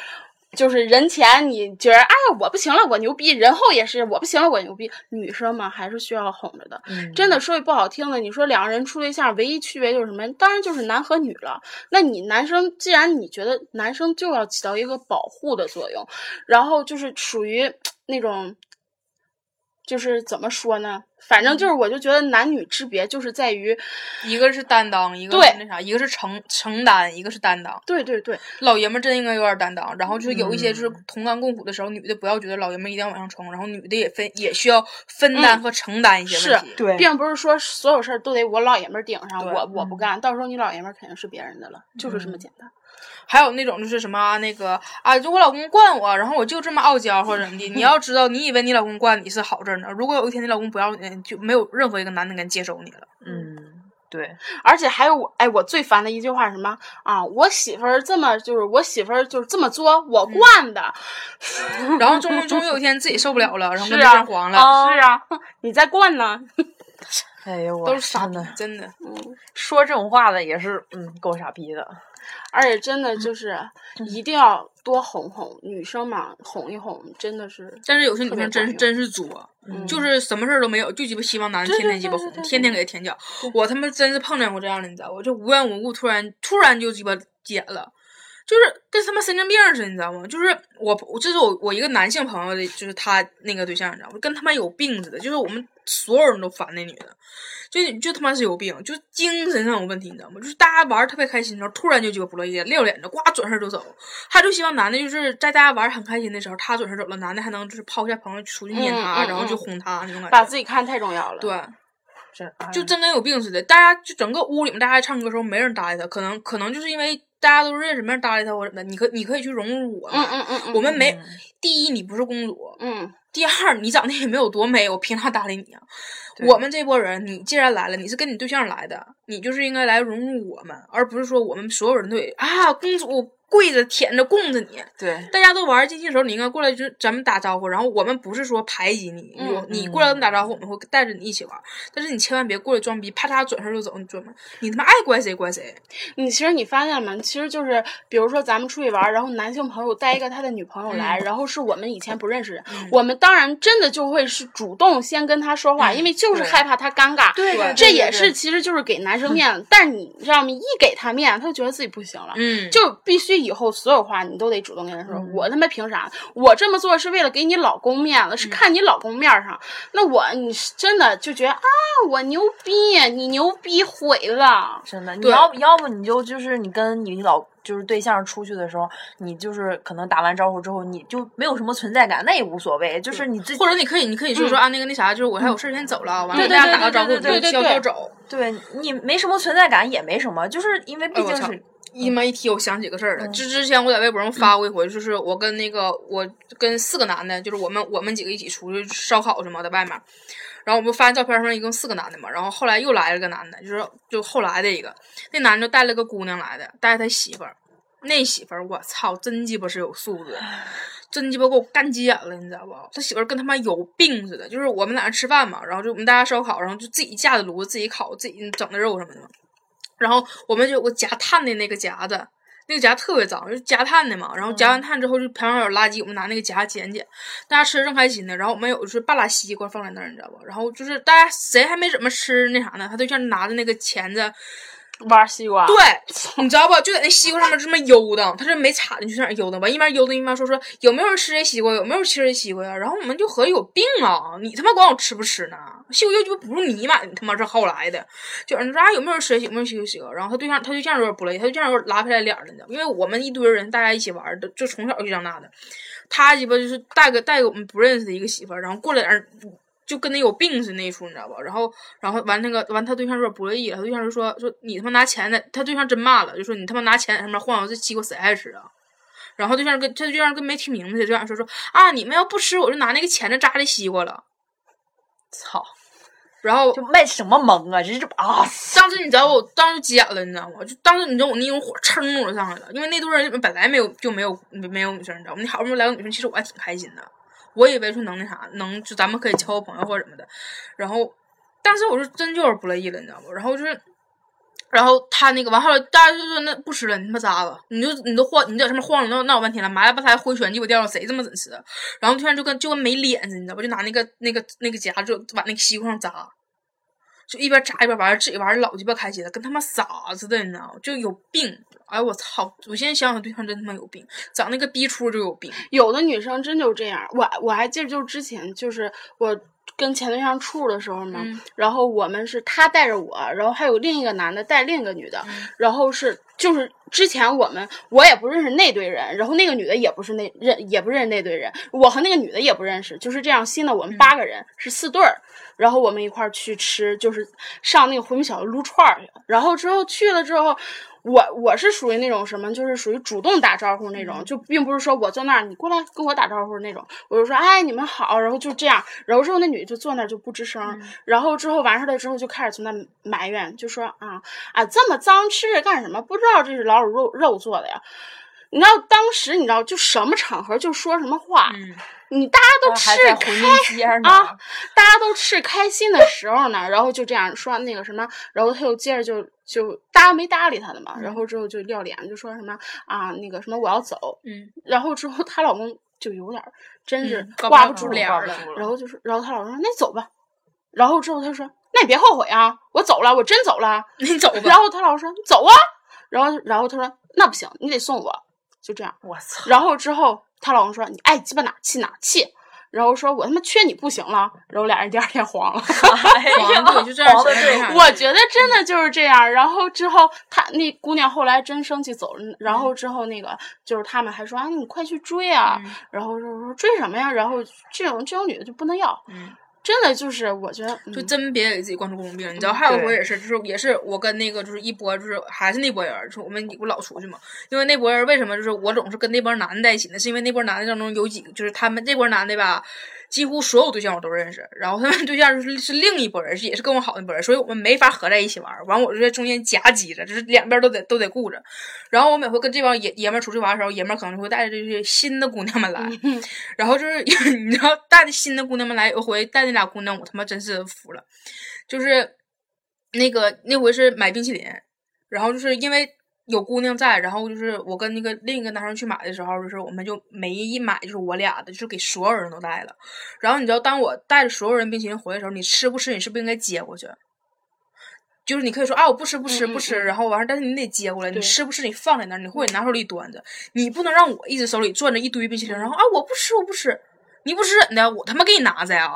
S4: 就是人前你觉得哎我不行了我牛逼，人后也是我不行了我牛逼，女生嘛还是需要哄着的。真的说句不好听的，你说两个人处对象唯一区别就是什么？当然就是男和女了。那你男生既然你觉得男生就要起到一个保护的作用，然后就是属于那种，就是怎么说呢？反正就是我就觉得男女之别就是在于，
S3: 一个是担当，一个
S4: 对
S3: 是那啥，一个是承承担，一个是担当。
S4: 对对对，
S3: 老爷们儿真应该有点担当，然后就是有一些就是
S5: 嗯
S3: 同甘共苦的时候，女的不要觉得老爷们儿一定要往上冲，然后女的也分也需要分担和承担一些问
S4: 是
S3: 题。
S5: 嗯对
S4: 并不是说所有事儿都得我老爷们儿顶上，
S3: 对
S4: 我我不干，到时候你老爷们儿肯定是别人的了，就是这么简单。
S3: 还有那种就是什么那个啊，就我老公惯我，然后我就这么傲娇或者怎 么地。你要知道，你以为你老公惯你是好事儿呢，如果有一天你老公不要你，就没有任何一个男的敢接受你了。
S5: 嗯，对，
S4: 而且还有我，哎，我最烦的一句话是什么啊？我媳妇儿这么就是我媳妇儿就是这么作，我
S3: 嗯
S4: 惯的。
S3: 然后终于终于有一天自己受不了了，然后
S4: 是
S3: 跟
S4: 啊
S3: 对象黄了，
S4: 是啊， 你在惯呢。
S5: 哎呦我
S3: 都是傻
S5: 真
S3: 逼
S5: 的，
S3: 真的。
S5: 说这种话的也是嗯够傻逼的，
S4: 而且真
S3: 嗯
S4: 的就是一定要多哄哄女生嘛，哄一哄真的是。
S3: 但是有些女
S4: 特别
S3: 生真
S4: 管
S3: 真是作，
S5: 嗯
S3: 就是什么事儿都没有，就鸡巴希望男的
S4: 对
S3: 天
S4: 对
S3: 天鸡巴
S4: 对
S3: 哄
S4: 对对，
S3: 天天给他舔脚。我他妈真是碰见过这样的，你知道，我就无缘无故突然突然就鸡巴剪了。就是跟他妈神经病似的，你知道吗？就是我，我这是我我一个男性朋友的，就是他那个对象，你知道吗？跟他妈有病似的，就是我们所有人都烦那女的，就就他妈是有病，就精神上有问题，你知道吗？就是大家玩儿特别开心的时候，突然就鸡巴不乐意了，撂脸子，呱转身就走。他就希望男的就是在大家玩儿很开心的时候，他转身走了，男的还能就是抛下朋友出去撵他，
S4: 嗯嗯
S3: 然后就
S4: 嗯
S3: 哄他那种感
S4: 把
S3: 觉。
S4: 自己看太重要了。
S3: 对，啊
S5: 真
S3: 就真跟哎有病似的。大家就整个屋里面，大家唱歌的时候没人搭理他，可能可能就是因为大家都认识，没人搭理他或者什么的。你可你可以去融入我们，
S4: 嗯嗯嗯嗯，
S3: 我们没
S5: 嗯
S3: 第一你不是公主，
S4: 嗯
S3: 第二你长得也没有多美，我凭啥搭理你啊？
S5: 对
S3: 我们这波人，你既然来了，你是跟你对象来的，你就是应该来融入我们，而不是说我们所有人都得啊公主跪着舔着供着你。
S5: 对
S3: 大家都玩儿尽兴的时候，你应该过来，就是咱们打招呼。然后我们不是说排挤你，
S4: 嗯
S3: 有你过来跟我们打招呼，我们会带着你一起玩儿。但是你千万别过来装逼，啪嚓转身就走，你转吗？你他妈爱怪谁怪谁。
S4: 你其实你发现吗？其实就是，比如说咱们出去玩儿，然后男性朋友带一个他的女朋友来，
S5: 嗯
S4: 然后是我们以前不认识人，我们当然真的就会是主动先跟他说话，因为就是
S5: 嗯对
S4: 害怕他尴尬。
S5: 对对
S4: 这
S5: 对
S4: 也
S5: 对嗯
S4: 是其实就是给男生面子。但你知道吗？一给他面子，他就觉得自己不行了。
S3: 嗯就
S4: 就必须以后所有话你都得主动跟他说，
S5: 嗯
S4: 我他妈凭啥？我这么做是为了给你老公面子，是
S5: 嗯
S4: 看你老公面儿上。那我你是真的就觉得啊，我牛逼，你牛逼毁了。
S5: 真的，你
S3: 对
S5: 要不要不你就就是你跟你老就是对象出去的时候，你就是可能打完招呼之后，你就没有什么存在感，那也无所谓，就是你自己
S3: 或者你可以，你可以就说啊，那个那啥，就是我还有事儿先走了啊，完了
S5: 对
S3: 跟大家
S5: 对
S3: 打个招呼，
S5: 对嗯对
S3: 你
S5: 对
S3: 就悄
S4: 对对
S3: 悄走。
S5: 对你没什么存在感也没什么，就是因为毕
S3: 哎我
S5: 竟
S3: 操
S5: 是嗯
S3: 一妈一提，我想起个事儿来。之之前我在微博上发过一回，就是我跟那个我跟四个男的，就是我们我们几个一起出去烧烤什么的，外面。然后我们发现照片上一共四个男的嘛，然后后来又来了个男的，就是就后来的一个，那男的带了个姑娘来的，带他媳妇儿，那媳妇儿我操，真鸡巴是有素 质，真鸡巴给我干急眼了，你知道不？他媳妇儿跟他妈有病似的，就是我们在那吃饭嘛，然后就我们大家烧烤，然后就自己架的炉子，自己烤，自己整的肉什么的嘛。然后我们就有个夹炭的那个夹子，那个夹特别脏，就是夹炭的嘛。然后夹完炭之后，就旁边有垃圾，我们拿那个夹捡捡。大家吃的正开心呢，然后我们有就是半拉西瓜放在那儿，你知道吧？然后就是大家谁还没怎么吃那啥呢，他对象拿着那个钳子，
S4: 玩西瓜，
S3: 对，你知道吧？就在那西瓜上面这么悠荡，他这没插进去，在那悠荡吧，一边悠荡一边说说有没有人吃这西瓜，有没有人吃这西瓜呀？然后我们就合计有病啊，你他妈管我吃不吃呢？西瓜又鸡巴不是你买的，你他妈是后来的。就人说啊有没有人吃这西瓜，有没有人吃这西瓜？然后他对象他对象有点不乐意，他对象有点拉不下来脸了，你知道吗？因为我们一堆人大家一起玩的，就从小就长大的。他鸡巴就是带个带个我们不认识的一个媳妇儿，然后过来人就跟那有病似的那一出，你知道吧？然后然后完那个完他对象有点不乐意了，他对象就说说你他妈拿钱在，他对象真骂了，就说你他妈拿钱在上面晃悠这西瓜谁爱吃啊？然后对象跟他对象跟没听明白似的，对象说说啊你们要不吃我就拿那个钳子扎这西瓜了。
S5: 操，
S3: 然后
S5: 就卖什么萌啊，这是啊，
S3: 当时你知道我当时急眼了，你知道吗？就当时你知道我那种火蹭我就上来了，因为那堆人里面本来没有就没有没有女生，你知道吗？你好不容易来个女生，其实我还挺开心的，我以为说能那啥，能就咱们可以交个朋友或者什么的。然后，当时我是真就是不乐意了，你知道吗？然后就是，然后他那个完后来大家就说那不吃了，你他妈扎吧，你就你都晃，你在上面晃了闹闹半天了，麻了吧唧挥拳就给我掉了，谁这么整吃的？然后突然就跟就跟没脸似的，你知道吧？就拿那个那个那个夹就往那个西瓜上扎。就一边扎一边玩，自己玩老鸡巴开心了，跟他妈傻似的，你知道吗？就有病！哎我操！我现在想想，对象真他妈有病，长那个逼出就有病。
S4: 有的女生真就这样。我我还记得，就是之前就是我跟前对象处的时候嘛，
S3: 嗯
S4: 然后我们是他带着我，然后还有另一个男的带另一个女的，然后是就是之前我们我也不认识那堆人，然后那个女的也不是那认也不认识那堆人，我和那个女的也不认识，就是这样。新的我们八个人、是四对儿，然后我们一块儿去吃，就是上那个回民小路撸串儿去。然后之后去了之后，我我是属于那种什么，就是属于主动打招呼那
S5: 嗯
S4: 种，就并不是说我坐那儿你过来跟我打招呼那种，我就说哎你们好，然后就这样，然后之后那女就坐那儿就不吱声，
S5: 嗯
S4: 然后之后完事儿了之后就开始从那埋怨，就说啊啊这么脏吃着干什么？不知道这是老鼠肉肉做的呀。你知道当时你知道就什么场合就说什么话，
S3: 嗯，
S4: 你大家都吃
S5: 哦还在
S4: 开
S5: 回民街呢
S4: 啊，大家都吃开心的时候呢， 然后就这样说那个什么，然后他又接着就就大家没搭理他的
S3: 嗯
S4: 嘛，然后之后就撂脸，就说什么啊那个什么我要走，
S3: 嗯，
S4: 然后之后她老公就有点儿真是
S3: 嗯
S4: 挂
S3: 不
S4: 不
S3: 住
S4: 住
S3: 脸
S4: 儿
S3: 儿了
S4: 然后就说，然后她老公说那你走吧，然后之后她说那你别后悔啊，我走了，我真走了，
S3: 你走吧
S4: 然。后她老公说你走啊，然后然后她说那不行，你得送我，就这样。
S5: 我 操！
S4: 然后之后她老公说：“你爱鸡巴哪气哪气。”然后说：“我他妈缺你不行了。”然后俩人第二天黄 了。
S3: 黄
S5: 哎
S3: 对，
S5: 呀
S3: 就这样
S5: 黄的
S3: 想想
S5: 对
S3: 看
S4: 我觉得真的就是这样。然后之后，她那姑娘后来真生气走了。然后之后那个就是他们还说：“啊，你快去追啊！”
S3: 嗯
S4: 然后就是说追什么呀？然后这种这种女的就不能要。
S3: 嗯
S4: 真的就是我觉得，嗯
S3: 就真别给自己惯出公主病。你知道，还有一回也是，就是也是我跟那个就是一波，就是还是那波人，就是我们我老出去嘛。因为那波人为什么就是我总是跟那波男的在一起呢？是因为那波男的当中有几个，就是他们这波男的吧，几乎所有对象我都认识。然后他们对象就是是另一波人，是也是跟我好那波人，所以我们没法合在一起玩儿。完，我就在中间夹击着，就是两边都得都得顾着。然后我每回跟这帮爷爷们儿出去玩的时候，爷们儿可能会带着这些新的姑娘们来，然后就是 你知道带着新的姑娘们来，有回带那俩姑娘，我他妈真是服了，就是那个那回是买冰淇淋，然后就是因为有姑娘在，然后就是我跟那个另一个男生去买的时候，就是我们就每一买就是我俩的，就是给所有人都带了。然后你知道，当我带着所有人冰淇淋回来的时候，你吃不吃？你是不是应该接过去？就是你可以说啊，我不吃，不吃，
S4: 嗯嗯
S3: 不吃，
S4: 嗯
S3: 然后完事儿，但是你得接过来，你
S4: 对
S3: 吃不吃？你放在那儿，你或者拿手里端着，你不能让我一直手里攥着一堆冰淇淋，然后啊，我不吃，我不吃，你不吃怎的？我他妈给你拿去啊！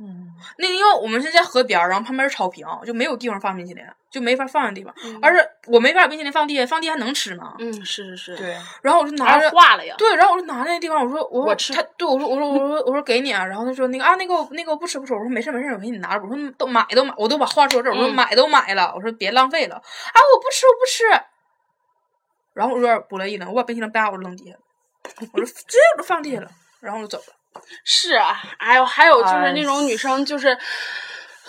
S5: 嗯，
S3: 那因为我们是在河边儿，然后旁边是草坪，就没有地方放冰淇淋，就没法放的地方。而且我没法把冰淇淋放地下，放地下能吃吗？
S4: 嗯，是是是，，
S5: 对，
S3: 然后我就拿
S4: 而
S3: 着，
S4: 啊化了呀。
S3: 对，然后我就拿那个地方，我说我说
S4: 我吃
S3: 他对我说我说我说我说给你啊，然后他说那个啊那个我那个我不吃不吃，我说没事没事，我给你拿着，我说都买都买，我都把话说这儿，我说
S4: 嗯
S3: 买都买了，我说别浪费了，啊我不吃我不吃，然后我有点不乐意了，我把冰淇淋叭我就扔地下了，我说直接我就放地下了，然后我就走了。
S4: 是啊，哎呦，还有就是
S5: 哎
S4: 那种女生就是。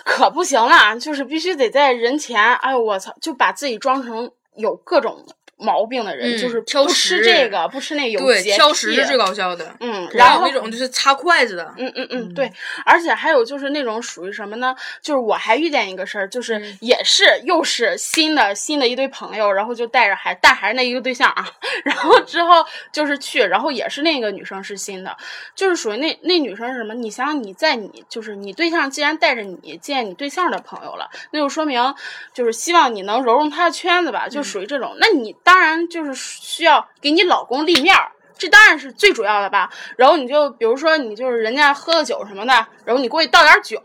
S4: 可不行了，就是必须得在人前，哎呦我操，就把自己装成有各种毛病的人，
S3: 嗯
S4: 就是
S3: 挑
S4: 不吃
S3: 食
S4: 这个，不吃那个，有
S3: 对，
S4: 洁
S3: 挑食
S4: 癖啊
S3: 是最高效的。
S4: 嗯，
S3: 然
S4: 然
S3: 后
S4: 后
S3: 那种就是擦筷子的，
S4: 嗯嗯嗯，对，而且还有就是那种属于什么呢？就是我还遇见一个事儿，就是
S3: 嗯
S4: 也是又是新的新的一堆朋友，然后就带着还但还是那一个对象啊， 然后之后就是去，然后也是那个女生是新的，就是属于那那女生是什么？你想想你在你就是你对象既然带着你见你对象的朋友了，那就说明就是希望你能融入他的圈子吧，就属于这种。那你当然就是需要给你老公立面儿。这当然是最主要的吧，然后你就比如说你就是人家喝个酒什么的，然后你过去倒点儿酒，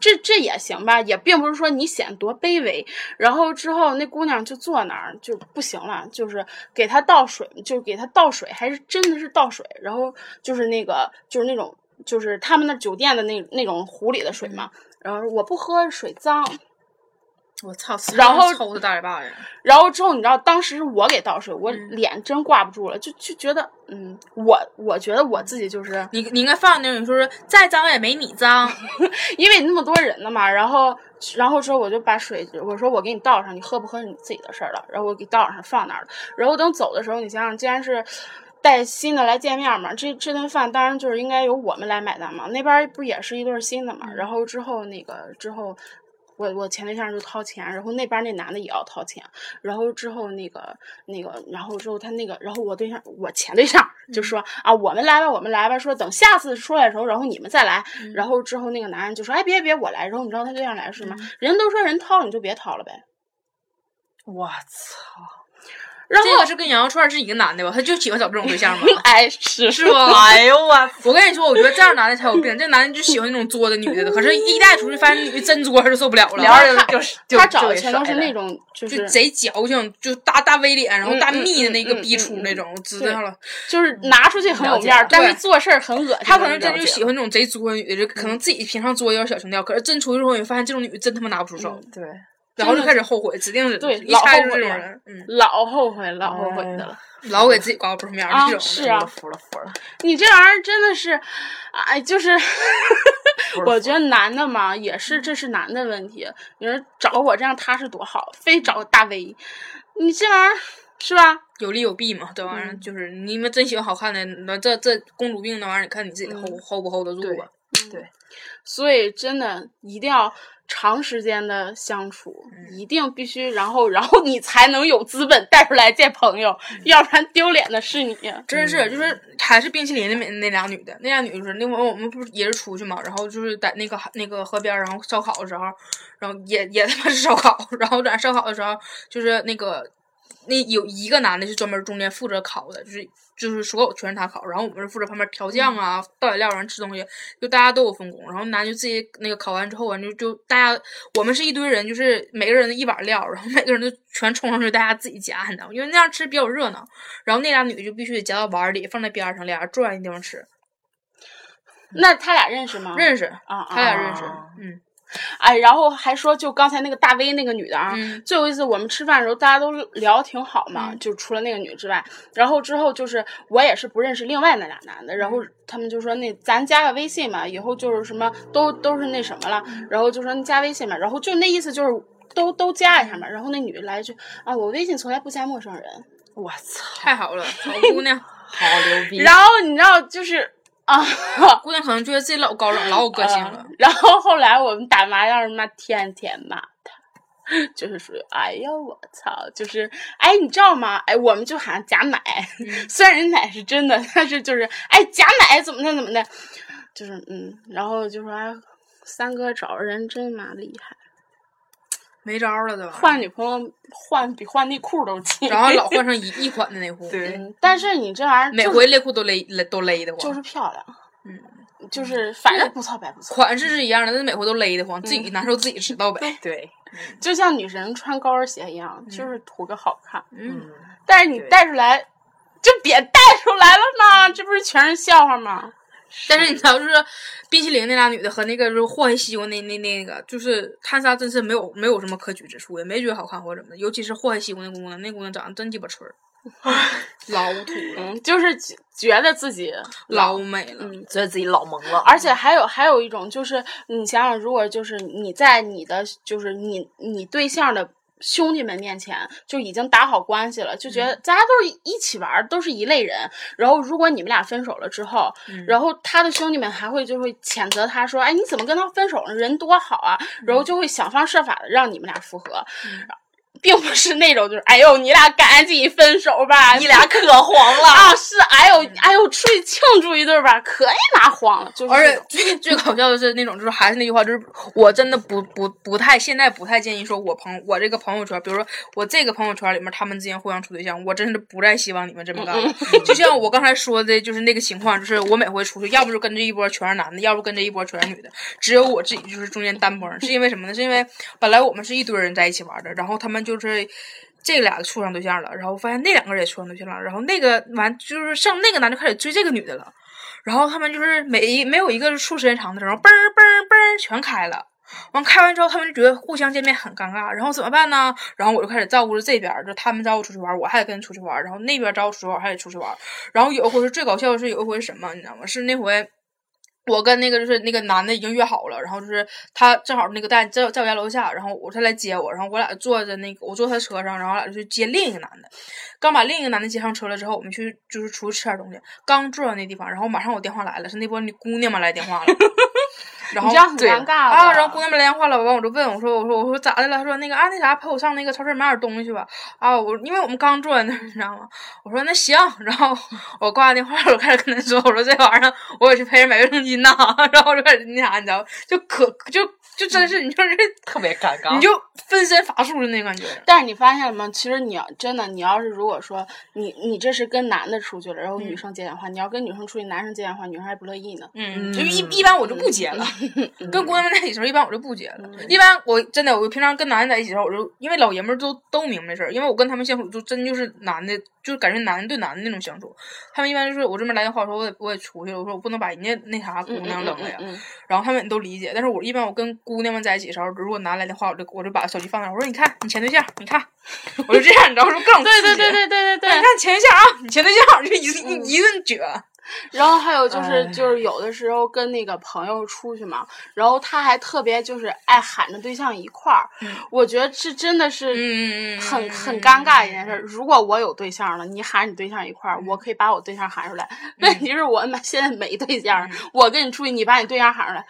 S4: 这这也行吧，也并不是说你显多卑微。然后之后那姑娘就坐那儿就不行了，就是给她倒水，就给她倒水，还是真的是倒水，然后就是那个就是那种就是他们那酒店的那那种壶里的水嘛。然后我不喝水脏，
S3: 我操！
S4: 然后
S3: 抽他大嘴巴呀！
S4: 然后之后你知道，当时是我给倒水，我
S3: 嗯
S4: 脸真挂不住了，就就觉得，嗯，我我觉得我自己就是
S3: 你你应该放那种，你说说再脏也没你 脏。
S4: 因为那么多人呢嘛，然后然后之后我就把水，我说我给你倒上，你喝不喝是你自己的事儿了，然后我给倒上放那儿了，然后等走的时候，你想想，既然是。带新的来见面嘛，这这顿饭当然就是应该由我们来买单嘛。那边儿不也是一对儿新的嘛？然后之后那个之后，我我前对象就掏钱，然后那边儿那男的也要掏钱，然后之后那个那个，然后之后他那个，然后我对象我前对象就说、啊，我们来吧，我们来吧，说等下次出来的时候，然后你们再来。然后之后那个男人就说，哎，别别，我来。然后你知道他对象来是什么？人都说人掏了你就别掏了呗。
S5: 我操！
S4: 然
S3: 这
S4: 后
S3: 个是跟羊肉串是一个男的吧？他就喜欢找这种对象吗？
S4: 哎是
S3: 是不？
S5: 哎呦我操！
S3: 我跟你说，我觉得这样男的才有病。这男的就喜欢那种作的女的，可是一带出去发现女的真作就受不了
S5: 聊
S3: 了，
S5: 着就是就
S4: 他找
S5: 就
S4: 的
S5: 给
S4: 全都
S5: 甩
S4: 是
S5: 了
S4: 那种就
S3: 就是贼矫情，就大大 V 脸，然后大
S4: 嗯嗯
S3: 蜜的那个
S4: 嗯嗯
S3: 逼出
S4: 嗯
S3: 那种，知道了。
S4: 就是拿出去很有
S5: 了解
S4: 面儿
S5: 了，
S4: 但是
S3: 对
S4: 做事儿很恶心。
S3: 他可能真就
S5: 了解
S3: 喜欢那种贼作的女的，就可能自己平常作有点小情调，可是真出去之后，你发现这种女的真他妈拿不出手。
S5: 对，
S3: 然后就开始后悔，指定是
S4: 对
S3: 一
S4: 老
S3: 猜
S4: 后
S3: 就是这
S4: 悔
S3: 种
S4: 了
S3: 人，嗯，
S4: 老后悔老后悔的了。
S3: 老给自己刮不出面儿
S4: 啊
S3: 这种
S4: 是
S3: 的
S4: 啊
S5: 服了服了
S4: 你这玩意儿真的是，哎，就是，
S5: 服了。
S4: 我觉得男的嘛，也是这是男的问题。你说找我这样踏实多好，非找个大 V，你这玩意儿是吧？
S3: 有利有弊嘛，这玩意儿
S4: 嗯
S3: 就是你们真喜欢好看的，那这这公主病那玩意儿，你看你自己
S4: 嗯
S3: hold hold 不 hold 得住
S5: 对
S3: 吧？
S4: 所以真的一定要长时间的相处，
S3: 嗯
S4: 一定必须，然后然后你才能有资本带出来见朋友，
S3: 嗯
S4: 要不然丢脸的是你。
S3: 真是，就是还是冰淇淋那边那俩女的，那俩女的就是那会儿我们不是也是出去嘛，然后就是在那个海那个河边儿，然后 烧烤的时候，然后也也他妈是烧烤，然后在那烧烤的时候，就是那个那有一个男的是专门中间负责烤的，就是就是所有全是他烤，然后我们是负责旁边调酱啊、倒饮料，然后吃东西，就大家都有分工。然后男就自己那个烤完之后完就就大家我们是一堆人，就是每个人一碗料，然后每个人都全冲上去，大家自己夹，你知道吗？因为那样吃比较热闹。然后那俩女就必须得夹到碗里，放在边上，俩人转一地方吃。
S4: 那他俩认识吗？
S3: 认识，
S4: 啊，
S3: 他俩认识
S4: 啊。
S3: 嗯
S4: 哎，然后还说就刚才那个大 V 那个女的啊，
S3: 嗯
S4: 最后一次我们吃饭的时候，大家都聊得挺好嘛，
S3: 嗯
S4: 就除了那个女之外，然后之后就是我也是不认识另外那俩男的，然后他们就说那咱加个微信嘛，以后就是什么都都是那什么了，然后就说你加微信嘛，然后就那意思就是都都加一下嘛，然后那女的来一句啊，我微信从来不加陌生人，
S5: 我操，
S3: 太好了，好姑娘，
S5: 好牛逼！
S4: 然后你知道就是啊。
S3: 姑娘可能觉得自己老高冷，老有个性了
S4: 嗯。 然后后来我们打麻将，他妈天天骂他，就是属于哎呀我操，就是哎你知道吗？哎我们就喊假奶，
S3: 嗯
S4: 虽然人奶是真的，但是就是哎假奶怎么的怎么的，就是嗯，然后就说哎三哥找人真妈厉害，
S3: 没招儿了都。
S4: 换女朋友换比换内裤都勤。
S3: 然后老换上一一款的内裤，
S5: 对，
S4: 嗯，但是你这玩意儿
S3: 每
S4: 就
S3: 回内裤都勒勒都勒得慌，
S4: 就是漂亮，
S3: 嗯，
S4: 就是反正不错白不错。
S3: 款式是一样的，但是每回都勒得慌，自己难受自己知道呗。
S5: 对，
S4: 就像女神穿高跟鞋一样，就是图个好看。
S3: 嗯，
S5: 嗯，
S4: 但是你
S5: 对
S4: 带出来，就别带出来了嘛，这不是全是笑话吗？
S3: 但是你知道，就是冰淇淋那俩女的和那个就是霍黑西欧那那那个，就是看仨真是没有没有什么可取之处，也没觉得好看或者怎么的。尤其是霍黑西欧那姑娘，那姑娘长得真鸡巴纯儿，老土了，
S4: 嗯，就是觉觉得自己
S3: 老美了。
S4: 嗯。
S5: 觉得自己老萌了，
S4: 而且还有还有一种就是，你想想，如果就是你在你的就是你你对象的兄弟们面前就已经打好关系了，就觉得
S3: 嗯
S4: 大家都是一起玩儿，都是一类人。然后如果你们俩分手了之后，
S3: 嗯
S4: 然后他的兄弟们还会就会谴责他说：“哎，你怎么跟他分手了？人多好啊！”然后就会想方设法的让你们俩复合， 并不是那种就是“哎呦，你俩赶紧分手吧，
S5: 你俩可黄了，
S4: 啊是哎呦哎呦出去庆祝一顿吧，可以拿黄了。”就是
S3: 而
S4: 这
S3: 且
S4: 种
S3: 最最搞笑的是那种，就是还是那句话，就是我真的不不不太现在不太建议说我朋我这个朋友圈，比如说我这个朋友圈里面他们之间互相处对象，我真是不再希望你们这么干
S4: 嗯
S3: 了。 就像我刚才说的，就是那个情况，就是我每回出去，要不就跟这一波全是男的，要不跟这一波全是女的，只有我自己就是中间单帮儿，是因为什么呢？是因为本来我们是一堆人在一起玩的，然后他们就是。这俩处上对象了，然后发现那两个人也处上对象了，然后那个完就是上那个男的开始追这个女的了，然后他们就是每一没有一个是处时间长的，然后嘣儿嘣儿嘣儿全开了。完开完之后，他们就觉得互相见面很尴尬，然后怎么办呢？然后我就开始照顾着这边儿，就他们招我出去玩儿，我还得跟出去玩儿，然后那边儿招我出去玩儿，我还得出去玩儿。然后有一回是最搞笑的是有一回是什么，你知道吗？是那回我跟那个就是那个男的已经约好了，然后就是他正好那个在在在我家楼下，然后我他来接我，然后我俩坐在那个我坐他车上，然后我俩就去接另一个男的。刚把另一个男的接上车了之后，我们去就是出去吃点东西，刚坐到那地方，然后马上我电话来了，是那波女姑娘们来电 话了，然后
S4: 你这样很
S5: 对
S4: 尴尬的
S3: 啊，然后姑娘们来电话了，完我就问我说我说我说咋的了？她说那个啊那啥陪我上那个超市买点东西去吧。啊，我因为我们刚坐在那儿，你知道吗？我说那行，然后我挂完电话，我开始跟他说，我说这玩意儿我也去陪人买卫生巾呐，然后我就开始那啥，你知道吗，就可就就真是你就是
S5: 特别尴尬。
S3: 你就分身乏术的那感觉。
S4: 但是你发现了吗？其实你要真的，你要是如果说你你这是跟男的出去了，然后女生接电话，你要跟女生出去，男生接电话，女生还不乐意呢。
S3: 嗯，就一一般我就不接了，
S4: 嗯
S3: 跟姑娘们在一起的时候，一般我就不接了。一般我真的，我平常跟男的在一起的时候，我就因为老爷们儿都都明白事儿，因为我跟他们相处就真就是男的，就是感觉男的对男的那种相处。他们一般就是我这边来电话说，我得我得出去了，我说我不能把人家那啥姑
S4: 嗯
S3: 娘
S4: 嗯
S3: 冷了呀。
S4: 嗯
S3: 然后他们也都理解，但是我一般我跟姑娘们在一起的时候，如果男来电话，我就我就把手机放那儿，我说你看你前对象，你看， 我就这样，你知道吗？就各种
S4: 对对
S3: 刺激
S4: 对嗯对对对
S3: 你
S4: 对。
S3: 看前对象啊，你前对象就一顿一顿撅，
S4: 然后还有就是
S5: 哎
S4: 就是有的时候跟那个朋友出去嘛，然后他还特别就是爱喊着对象一块儿，我觉得这真的是
S3: 嗯，
S4: 很很尴尬的一件事儿。如果我有对象了，你喊你对象一块儿，我可以把我对象喊出来。
S3: 嗯
S4: 问题是我们现在没对象，我跟你出去，你把你对象喊出来，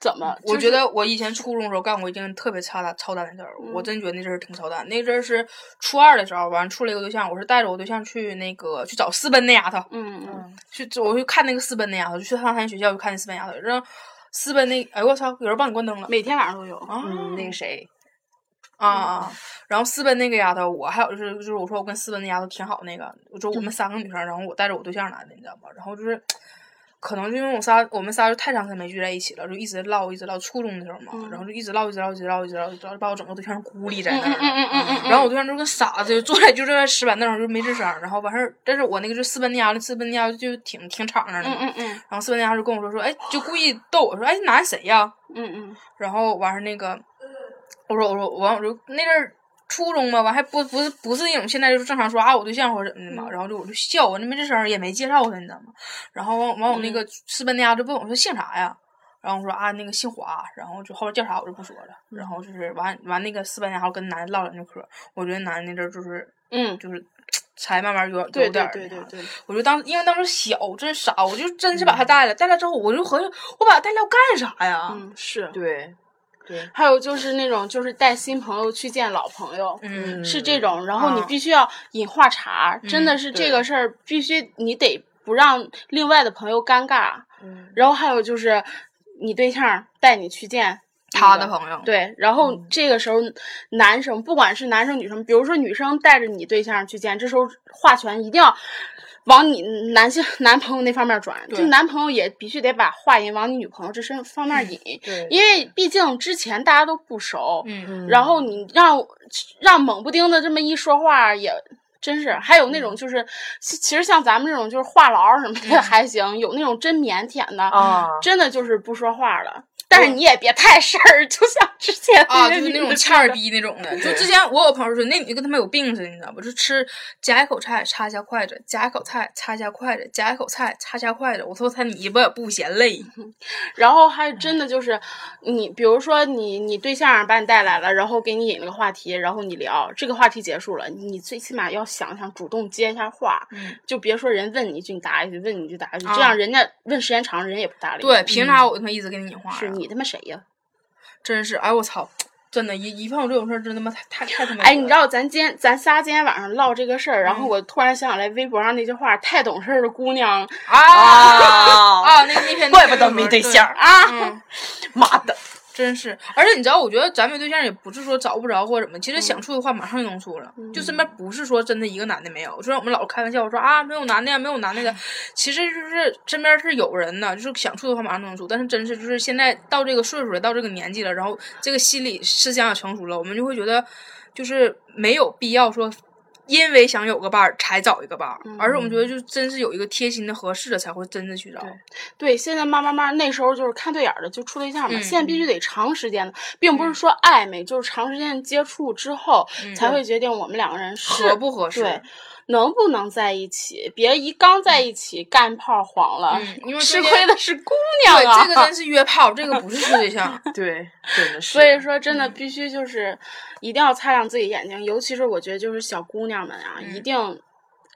S4: 怎么？
S3: 嗯我
S4: 就是
S3: 觉得我以前初中的时候干过一件特别操蛋操蛋的事儿，
S4: 嗯
S3: 我真觉得那阵儿挺操蛋。那阵儿是初二的时候，完处了一个对象，我是带着我对象去那个去找私奔那丫头，
S4: 嗯，嗯
S3: 去我去看那个私奔那丫头，就去上他学校去看那私奔丫头，让私奔那哎我操，有人帮你关灯了
S4: 每天晚上都有。
S3: 啊
S5: 嗯，那个谁，
S3: 啊啊！然后私奔那个丫头，我还有就是就是我说我跟私奔那丫头挺好那个，我说我
S4: 嗯
S3: 们三个女生，然后我带着我对象来的，你知道吗？然后就是。可能就因为我仨，我们仨就太长时间没聚在一起了，就一直唠，一直唠。初中的时候嘛，
S4: 嗯
S3: 然后就一直唠，一直唠，一直唠，一直唠，一直唠，把我整个对象孤立在那
S4: 嗯
S3: 儿
S4: 嗯
S3: 了。
S4: 嗯嗯嗯嗯，
S3: 然后我对象就跟傻子，就坐在就坐在石板凳上就没吱声儿，然后完事儿，但是我那个就私奔那家伙，私奔那家伙就挺挺敞亮的，
S4: 嗯嗯嗯
S3: 然后私奔那家伙就跟我说说，哎，就故意逗我说，哎，你男谁呀、
S4: 嗯嗯
S3: 然后完事儿那个，我说我说完我就那阵儿初中嘛，完还不不是不是那种现在就是正常说啊我对象或者怎么的嘛，然后就我就笑，我那没吱声儿也没介绍他，你知道吗？然后完完我那
S4: 嗯
S3: 个私奔那家就问我说姓啥呀？然后我说啊那个姓华，然后就后来叫啥我就不说了。然后就是完完那个私奔那家跟男的唠两句嗑儿，我觉得男的那阵儿就是
S4: 嗯，
S3: 就是啊才慢慢有有
S4: 对
S3: 点
S4: 对
S3: 儿
S4: 对
S3: 那啥
S4: 对嗯对，
S3: 我就当因为当时小，真傻，我就真是把他带了，带来之后我就合计我把他带来要干啥呀？
S4: 嗯是。
S5: 对，对，
S4: 还有就是那种就是带新朋友去见老朋友，
S3: 嗯
S4: 是这种，然后你
S3: 啊嗯
S4: 必须要引话茬，真的是这
S5: 对
S4: 个事儿必须你得不让另外的朋友尴尬。
S5: 嗯
S4: 然后还有就是你对象带你去见
S3: 他的
S4: 那个
S3: 朋友，
S4: 对，然后这个时候，男生不管是男生女生，比如说女生带着你对象去见，这时候话权一定要往你男性男朋友那方面转，
S3: 对
S4: 就男朋友也必须得把话引往你女朋友这身方面引，
S5: 对
S4: 因为毕竟之前大家都不熟，
S3: 嗯，
S4: 然后你让让猛不丁的这么一说话也。真是，还有那种就是，其其实像咱们这种就是话痨什么的还行，有那种真腼腆的，
S5: 啊，
S4: 真的就是不说话了。但是你也别太事儿， 就像之前
S3: 啊，
S4: 个
S3: 就是那
S4: 女
S3: 种
S4: 的
S3: 欠儿
S4: 似的。
S3: 逼那种的。就之前我有朋友说，那女的跟他们有病似的，你知道不？就吃夹一口菜插一下筷子，夹一口菜插一下筷子，夹一口菜插一下筷子。我说他你不也不嫌累？
S4: 然后还真的就是，你比如说你你对象把你带来了，然后给你引了个话题，然后你聊这个话题结束了，你最起码要想想主动接一下话，
S3: 嗯
S4: 就别说人问你一句你答一句，问你一句答一句，
S3: 啊
S4: 这样人家问时间长了人也不搭理你。
S3: 对，凭啥我他妈一直跟你引话啊？
S4: 嗯是你他妈谁呀？
S3: 真是，哎我操！真的，一一碰这种事儿，真他妈太太太他妈……
S4: 哎，你知道咱今天咱仨今天晚上唠这个事儿，
S3: 嗯
S4: 然后我突然想起来微博上那句话，太懂事儿的姑娘
S3: 啊
S5: 啊，
S3: 啊！那那篇
S5: 怪不得没对象，儿，
S4: 啊。
S3: 嗯，
S5: 妈的，
S3: 真是。而且你知道，我觉得咱没对象也不是说找不着或者怎么，其实
S4: 嗯
S3: 想处的话马上就能处了。就身边不是说真的一个男的没有，就像我们老开玩笑我说啊没有男的呀，没有男的 的，其实就是身边是有人的，就是想处的话马上就能处。但是真是就是现在到这个岁数了，到这个年纪了，然后这个心理思想也成熟了，我们就会觉得就是没有必要说。因为想有个伴儿才找一个伴儿，
S4: 嗯
S3: 而是我们觉得就真是有一个贴心的、合适的才会真的去找。
S4: 对，现在慢慢慢，那时候就是看对眼儿的就处对象嘛，
S3: 嗯
S4: 现在必须得长时间的，并不是说暧昧，就是长时间接触之后、才会决定我们两个人是
S3: 嗯合不合适？
S4: 对能不能在一起，别一刚在一起、干炮黄了，
S3: 嗯因为
S4: 啊吃
S3: 中间
S4: 亏的是姑娘
S3: 对，
S4: 啊。
S3: 这个真是约炮，这个不是处对象。
S5: 对， 真的是，
S4: 所以说，
S3: 嗯
S4: 真的必须就是一定要擦亮自己眼睛，尤其是我觉得就是小姑娘们啊，
S3: 嗯
S4: 一定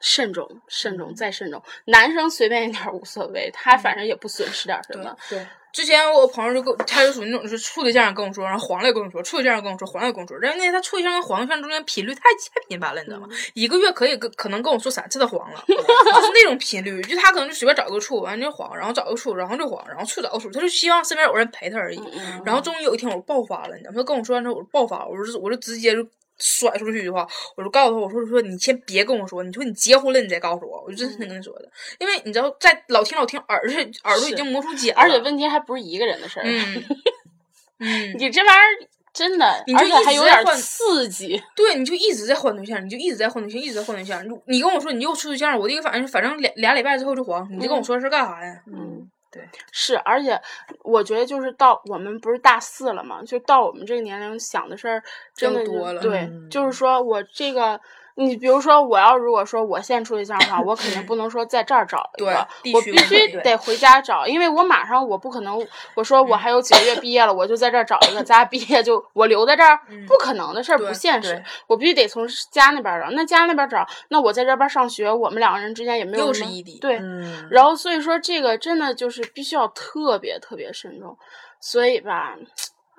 S4: 慎重、慎重再慎重。男生随便一点儿无所谓，他
S3: 嗯
S4: 反正也不损失点儿什么。
S5: 对，
S3: 之前我有朋友就跟我他就属于那种就是处对象跟我说，然后黄了也跟我说，处对象也跟我说，黄了也跟我说，因为他处对象跟黄对象中间频率太太频繁了，你知道
S4: 嗯
S3: 吗？一个月可以跟可能跟我说三次他黄了，就是那种频率，就他可能就随便找一个处，完了就黄，然后找一个处，然后就黄，然后处找个处，他就希望身边有人陪他而已。
S4: 嗯
S3: 然后终于有一天我爆发了，你知道吗？他跟我说完之后我就爆发，我就我就直接就甩出去一句话，我就告诉他，我说我说你先别跟我说，你说你结婚了你再告诉我，我就真是跟他说的，因为你知道在老听老听耳朵耳朵已
S4: 嗯是
S3: 经磨出茧了，
S4: 而且问题还不是一个人的事儿，
S3: 嗯， 嗯，
S4: 你这玩意儿真的
S3: 你，就
S4: 而且
S3: 一
S4: 还
S3: 直
S4: 有
S3: 在
S4: 点
S3: 换
S4: 刺激。
S3: 对，你就一直在换对象，你就一直在换对象，一直在换对象。你就你跟我说你又处对象了，我第一个反应是，反正俩俩礼拜之后就黄，你就跟我说是干啥呀？
S5: 嗯，
S4: 是，而且我觉得就是到我们不是大四了嘛，就到我们这个年龄想的事儿真
S3: 要
S4: 的就
S3: 多了
S4: 对，
S5: 嗯
S4: 就是说我这个。你比如说，我要如果说我现处对象的话，我肯定不能说在这儿找一
S3: 对
S4: 个，
S3: 必
S4: 我
S3: 须
S4: 必须
S5: 对
S4: 得回家找，因为我马上我不可能，我说
S3: 嗯
S4: 我还有几个月毕业了，我就在这儿找一个，咱俩毕业就我留在这儿，不可能的事儿，
S3: 嗯对
S4: 不现实
S5: 对。
S4: 我必须得从家那边儿找，那家那边儿找，那我在这边儿上学，我们两个人之间也没有
S3: 又
S4: 什
S3: 是
S4: 么
S3: 异地
S4: 对，
S5: 嗯，
S4: 然后所以说这个真的就是必须要特别特别慎重，所以吧，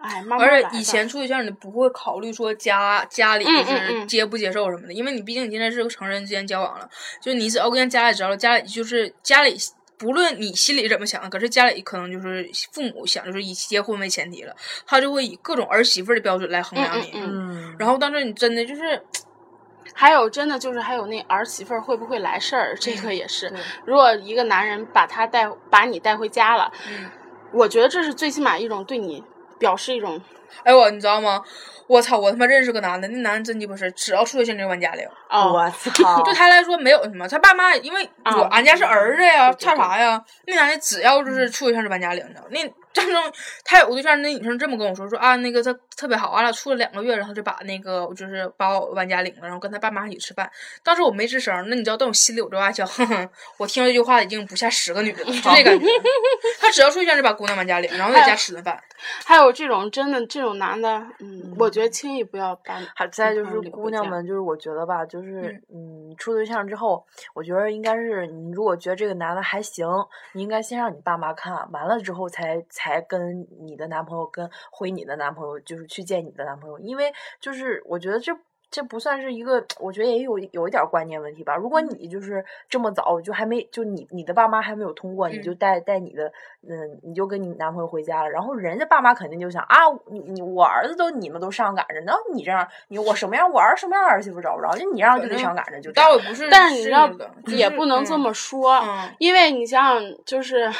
S4: 哎，慢慢
S3: 而
S4: 来
S3: 且
S4: 吧。
S3: 以前处对象你不会考虑说家家里
S4: 嗯
S3: 就
S4: 嗯
S3: 是
S4: 嗯
S3: 接不接受什么的，因为你毕竟你现在是个成人之间交往了，就你只要跟家里知道了，家里就是家里不论你心里怎么想的，可是家里可能就是父母想就是以结婚为前提了，他就会以各种儿媳妇儿的标准来衡量你。
S4: 嗯嗯嗯
S5: 嗯，
S3: 然后当时你真的就是
S4: 还有真的就是还有那儿媳妇儿会不会来事儿，这个也是
S5: 对。
S4: 如果一个男人把他带把你带回家了，
S3: 嗯
S4: 我觉得这是最起码一种对你表示一种
S3: 哎我你知道吗？我操！我他妈认识个男的，那男的真鸡巴是，只要出去现在就往家里。
S4: 哦，
S5: 我操，
S3: 对他来说没有什么，他爸妈因为
S4: 啊
S3: 我俺家是儿子呀，
S4: 对对嗯
S3: 差啥呀？那男的只要就是处对象就搬家领的，那战争他有个对象，那女生这么跟我说说啊，那个他特别好，俺俩处了两个月，然后就把那个就是把我搬家领了，然后跟他爸妈一起吃饭。当时我没吱声，那你知道，但我心里有这哇叫， 哼哼，我听到这句话已经不下十个女的了，就这 感觉。他只要处对象就把姑娘搬家领，然后
S4: 哎
S3: 在家吃顿饭。
S4: 还有这种真的这种男的，嗯，我觉得轻易不要把
S5: 还再就
S4: 嗯
S5: 是
S4: 留
S5: 姑
S4: 回
S5: 娘
S4: 家
S5: 们，就是我觉得吧，就是嗯，处对象之后，我觉得应该是你如果觉得这个男的还行，你应该先让你爸妈看完了之后才才跟你的男朋友跟回你的男朋友，就是去见你的男朋友，因为就是我觉得这。这不算是一个，我觉得也有有一点儿观念问题吧。如果你就是这么早就还没就你你的爸妈还没有通过，你就带带你的嗯，你就跟你男朋友回家了，然后人家爸妈肯定就想啊，你你我儿子都你们都上赶着，那你这样你我什么样，我儿什么样儿媳妇找不着，就你这样就得上赶着，就这
S3: 倒
S5: 样
S3: 也不是，
S4: 但是你知道
S3: 的，
S4: 也不能这么说，
S3: 嗯
S4: 因为你想想，就是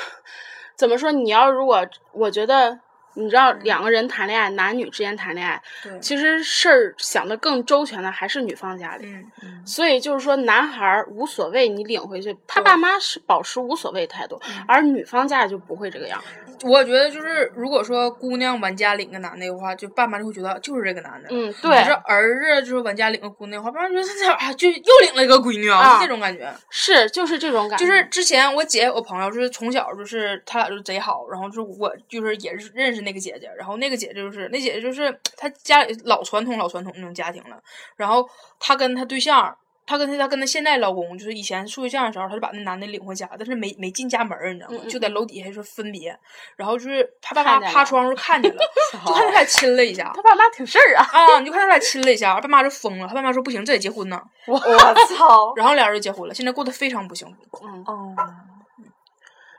S4: 怎么说，你要如果我觉得，你知道两个人谈恋爱，男女之间谈恋爱，
S3: 对，
S4: 其实事儿想的更周全的还是女方家里。
S3: 嗯
S4: 所以就是说，男孩儿无所谓，你领回去，他
S3: 对
S4: 爸妈是保持无所谓态度，而女方家里就不会这个样。
S3: 我觉得就是，如果说姑娘往家领个男的的话，就爸妈就会觉得就是这个男的。
S4: 嗯，
S3: 可
S4: 对
S3: 是，儿子就是往家领个姑娘的话，爸妈觉得 这咋啊就又领了一个闺女
S4: 啊
S3: 就这种感觉。
S4: 是就是这种感觉，
S3: 就是之前我姐有个朋友，就是从小就是他俩就贼好，然后就是我就是也是认识那个姐姐，然后那个姐姐就是那姐姐就是她家里老传统老传统那种家庭了，然后她跟她对象。她跟她她跟她现在老公，就是以前处对象的时候，她就把那男的领回家，但是没没进家门儿，你知道吗
S4: 嗯嗯？
S3: 就在楼底下就是分别，然后就是她爸妈
S4: 看见
S3: 趴
S4: 了
S3: 窗户看 见了，就看他俩亲了一下
S4: 他爸妈挺事儿啊。
S3: 啊，你就看他俩亲了一下，爸妈就疯了，他爸妈说不行，这得结婚呢，
S5: 我 操，
S3: 然后俩人就结婚了，现在过得非常不幸福。
S4: 嗯，
S5: 哦，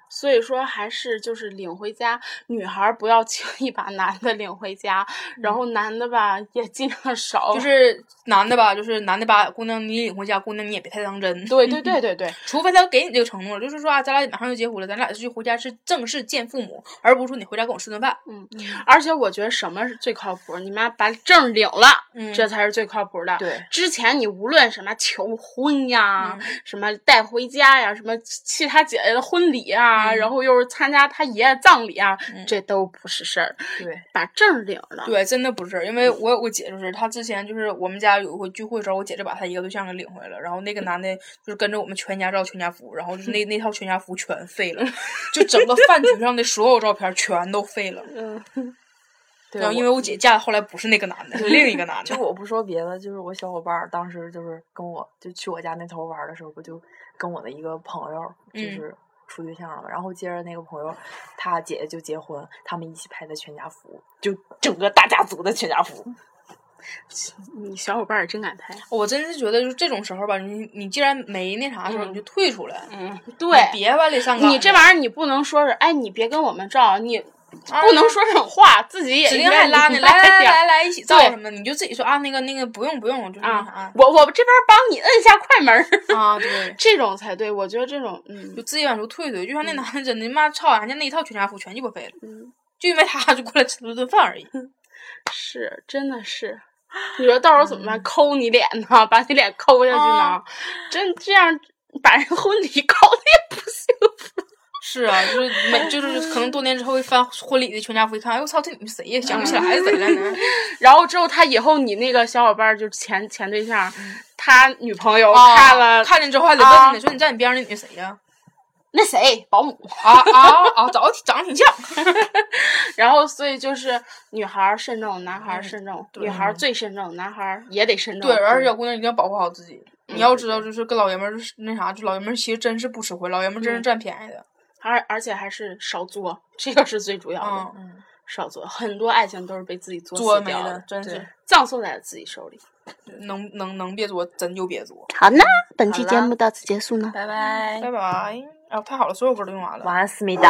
S4: 所以说还是就是领回家，女孩儿不要轻易把男的领回家，然后男的吧也尽量
S3: 哦
S4: 少，
S3: 就是男的吧，就是男的把姑娘你领回家，姑娘你也别太当真，
S4: 对对对对对，
S3: 除非他给你这个承诺，就是说啊，咱俩马上就结婚了，咱俩是去回家是正式见父母，而不是说你回家跟我吃顿饭。
S4: 而且我觉得什么是最靠谱？你妈把证儿领了，
S3: 嗯
S4: 这才是最靠谱的。
S5: 对，
S4: 之前你无论什么求婚呀，
S3: 嗯
S4: 什么带回家呀，什么去他姐姐的婚礼啊，
S3: 嗯
S4: 然后又是参加他爷爷葬礼啊，
S3: 嗯
S4: 这都不是事儿。
S5: 对，
S4: 把证儿领了，
S3: 对，真的不是，因为我有个姐，就是她之前就是我们家有一回聚会的时候，我姐就把她一个对象给领回来了，然后那个男的就是跟着我们全家照全家福，然后就是 那那套全家福全废了，就整个饭局上的所有照片全都废 了。
S4: 嗯，
S5: 对啊
S3: 然后因为我姐嫁的后来不是那个男的，是另一个男
S5: 就
S3: 的。
S5: 我不说别的，就是我小伙伴儿当时就是跟我就去我家那头玩儿的时候，不就跟我的一个朋友就
S3: 嗯
S5: 是处对象了嘛，然后接着那个朋友他姐姐就结婚，他们一起拍的全家福，就整个大家族的全家福。
S4: 你小伙伴儿真敢拍。
S3: 我真是觉得，就是这种时候吧，你你既然没那啥的时候，
S4: 嗯
S3: 你就退出来，
S4: 嗯，
S3: 你
S4: 对，
S3: 别往里上赶。
S4: 你这玩意儿你不能说是，哎，你别跟我们照，你
S3: 啊
S4: 不能说这种话，自己也
S3: 指
S4: 应
S3: 定
S4: 该
S3: 还拉你
S4: 明
S3: 来
S4: 白
S3: 来
S4: 点儿
S3: 来来一起造
S4: 对
S3: 什么的，你就自己说啊，那个那个不用不用，就是那
S4: 啊
S3: 啥！
S4: 我我这边帮你摁一下 快门儿，
S3: 啊，对。
S4: 这种才对。我觉得这种，
S3: 就
S4: 嗯
S3: 自己往出退退，就像那男的真的，妈操，俺家那一套全家福全鸡巴废了，
S4: 嗯，
S3: 就因为他就过来吃了顿饭而已。
S4: 是，真的是。你说到时候怎么
S3: 嗯
S4: 办？抠你脸呢？ 把你脸抠下去呢
S3: 啊？
S4: 真这样把人婚礼搞得 也不行。
S3: 是啊，就是每就是可能多年之后一翻婚礼的全家福，一看，哎我操，这女的谁呀？想不起来是谁了 呢？
S4: 然后之后他以后你那个小伙伴儿就前前对象，他女朋友
S3: 啊
S4: 看了
S3: 嗯看啊见之后还得问你，说你在你边上那女的谁呀？
S4: 那谁保 姆，
S3: 啊啊啊，长得挺长得挺像。
S4: 然后所以就是女孩儿慎重，男孩儿
S3: 嗯
S4: 慎重，
S3: 对
S4: 女孩儿最慎重，男孩儿也得慎重。
S3: 对，而且小姑娘一定要保护好自己。你要知道，就是跟老爷们儿就是那啥，就老爷们儿其实真是不吃亏，老爷们儿真是占便宜的。
S4: 而而且还是少作，这个是最主要的。
S3: 嗯，
S5: 嗯，
S4: 少作，很多爱情都是被自己作
S3: 作
S4: 死
S3: 没
S4: 掉
S3: 了，真
S5: 对
S3: 是
S4: 葬送在自己手里。
S3: 能能能别作，真就别作。
S2: 好呢，本期
S5: 好
S2: 节
S5: 啦
S2: 目到此结束呢。
S5: 拜拜
S3: 拜拜。哎
S6: 哦，太好了，所有歌都用完了。
S3: 完了，思密达。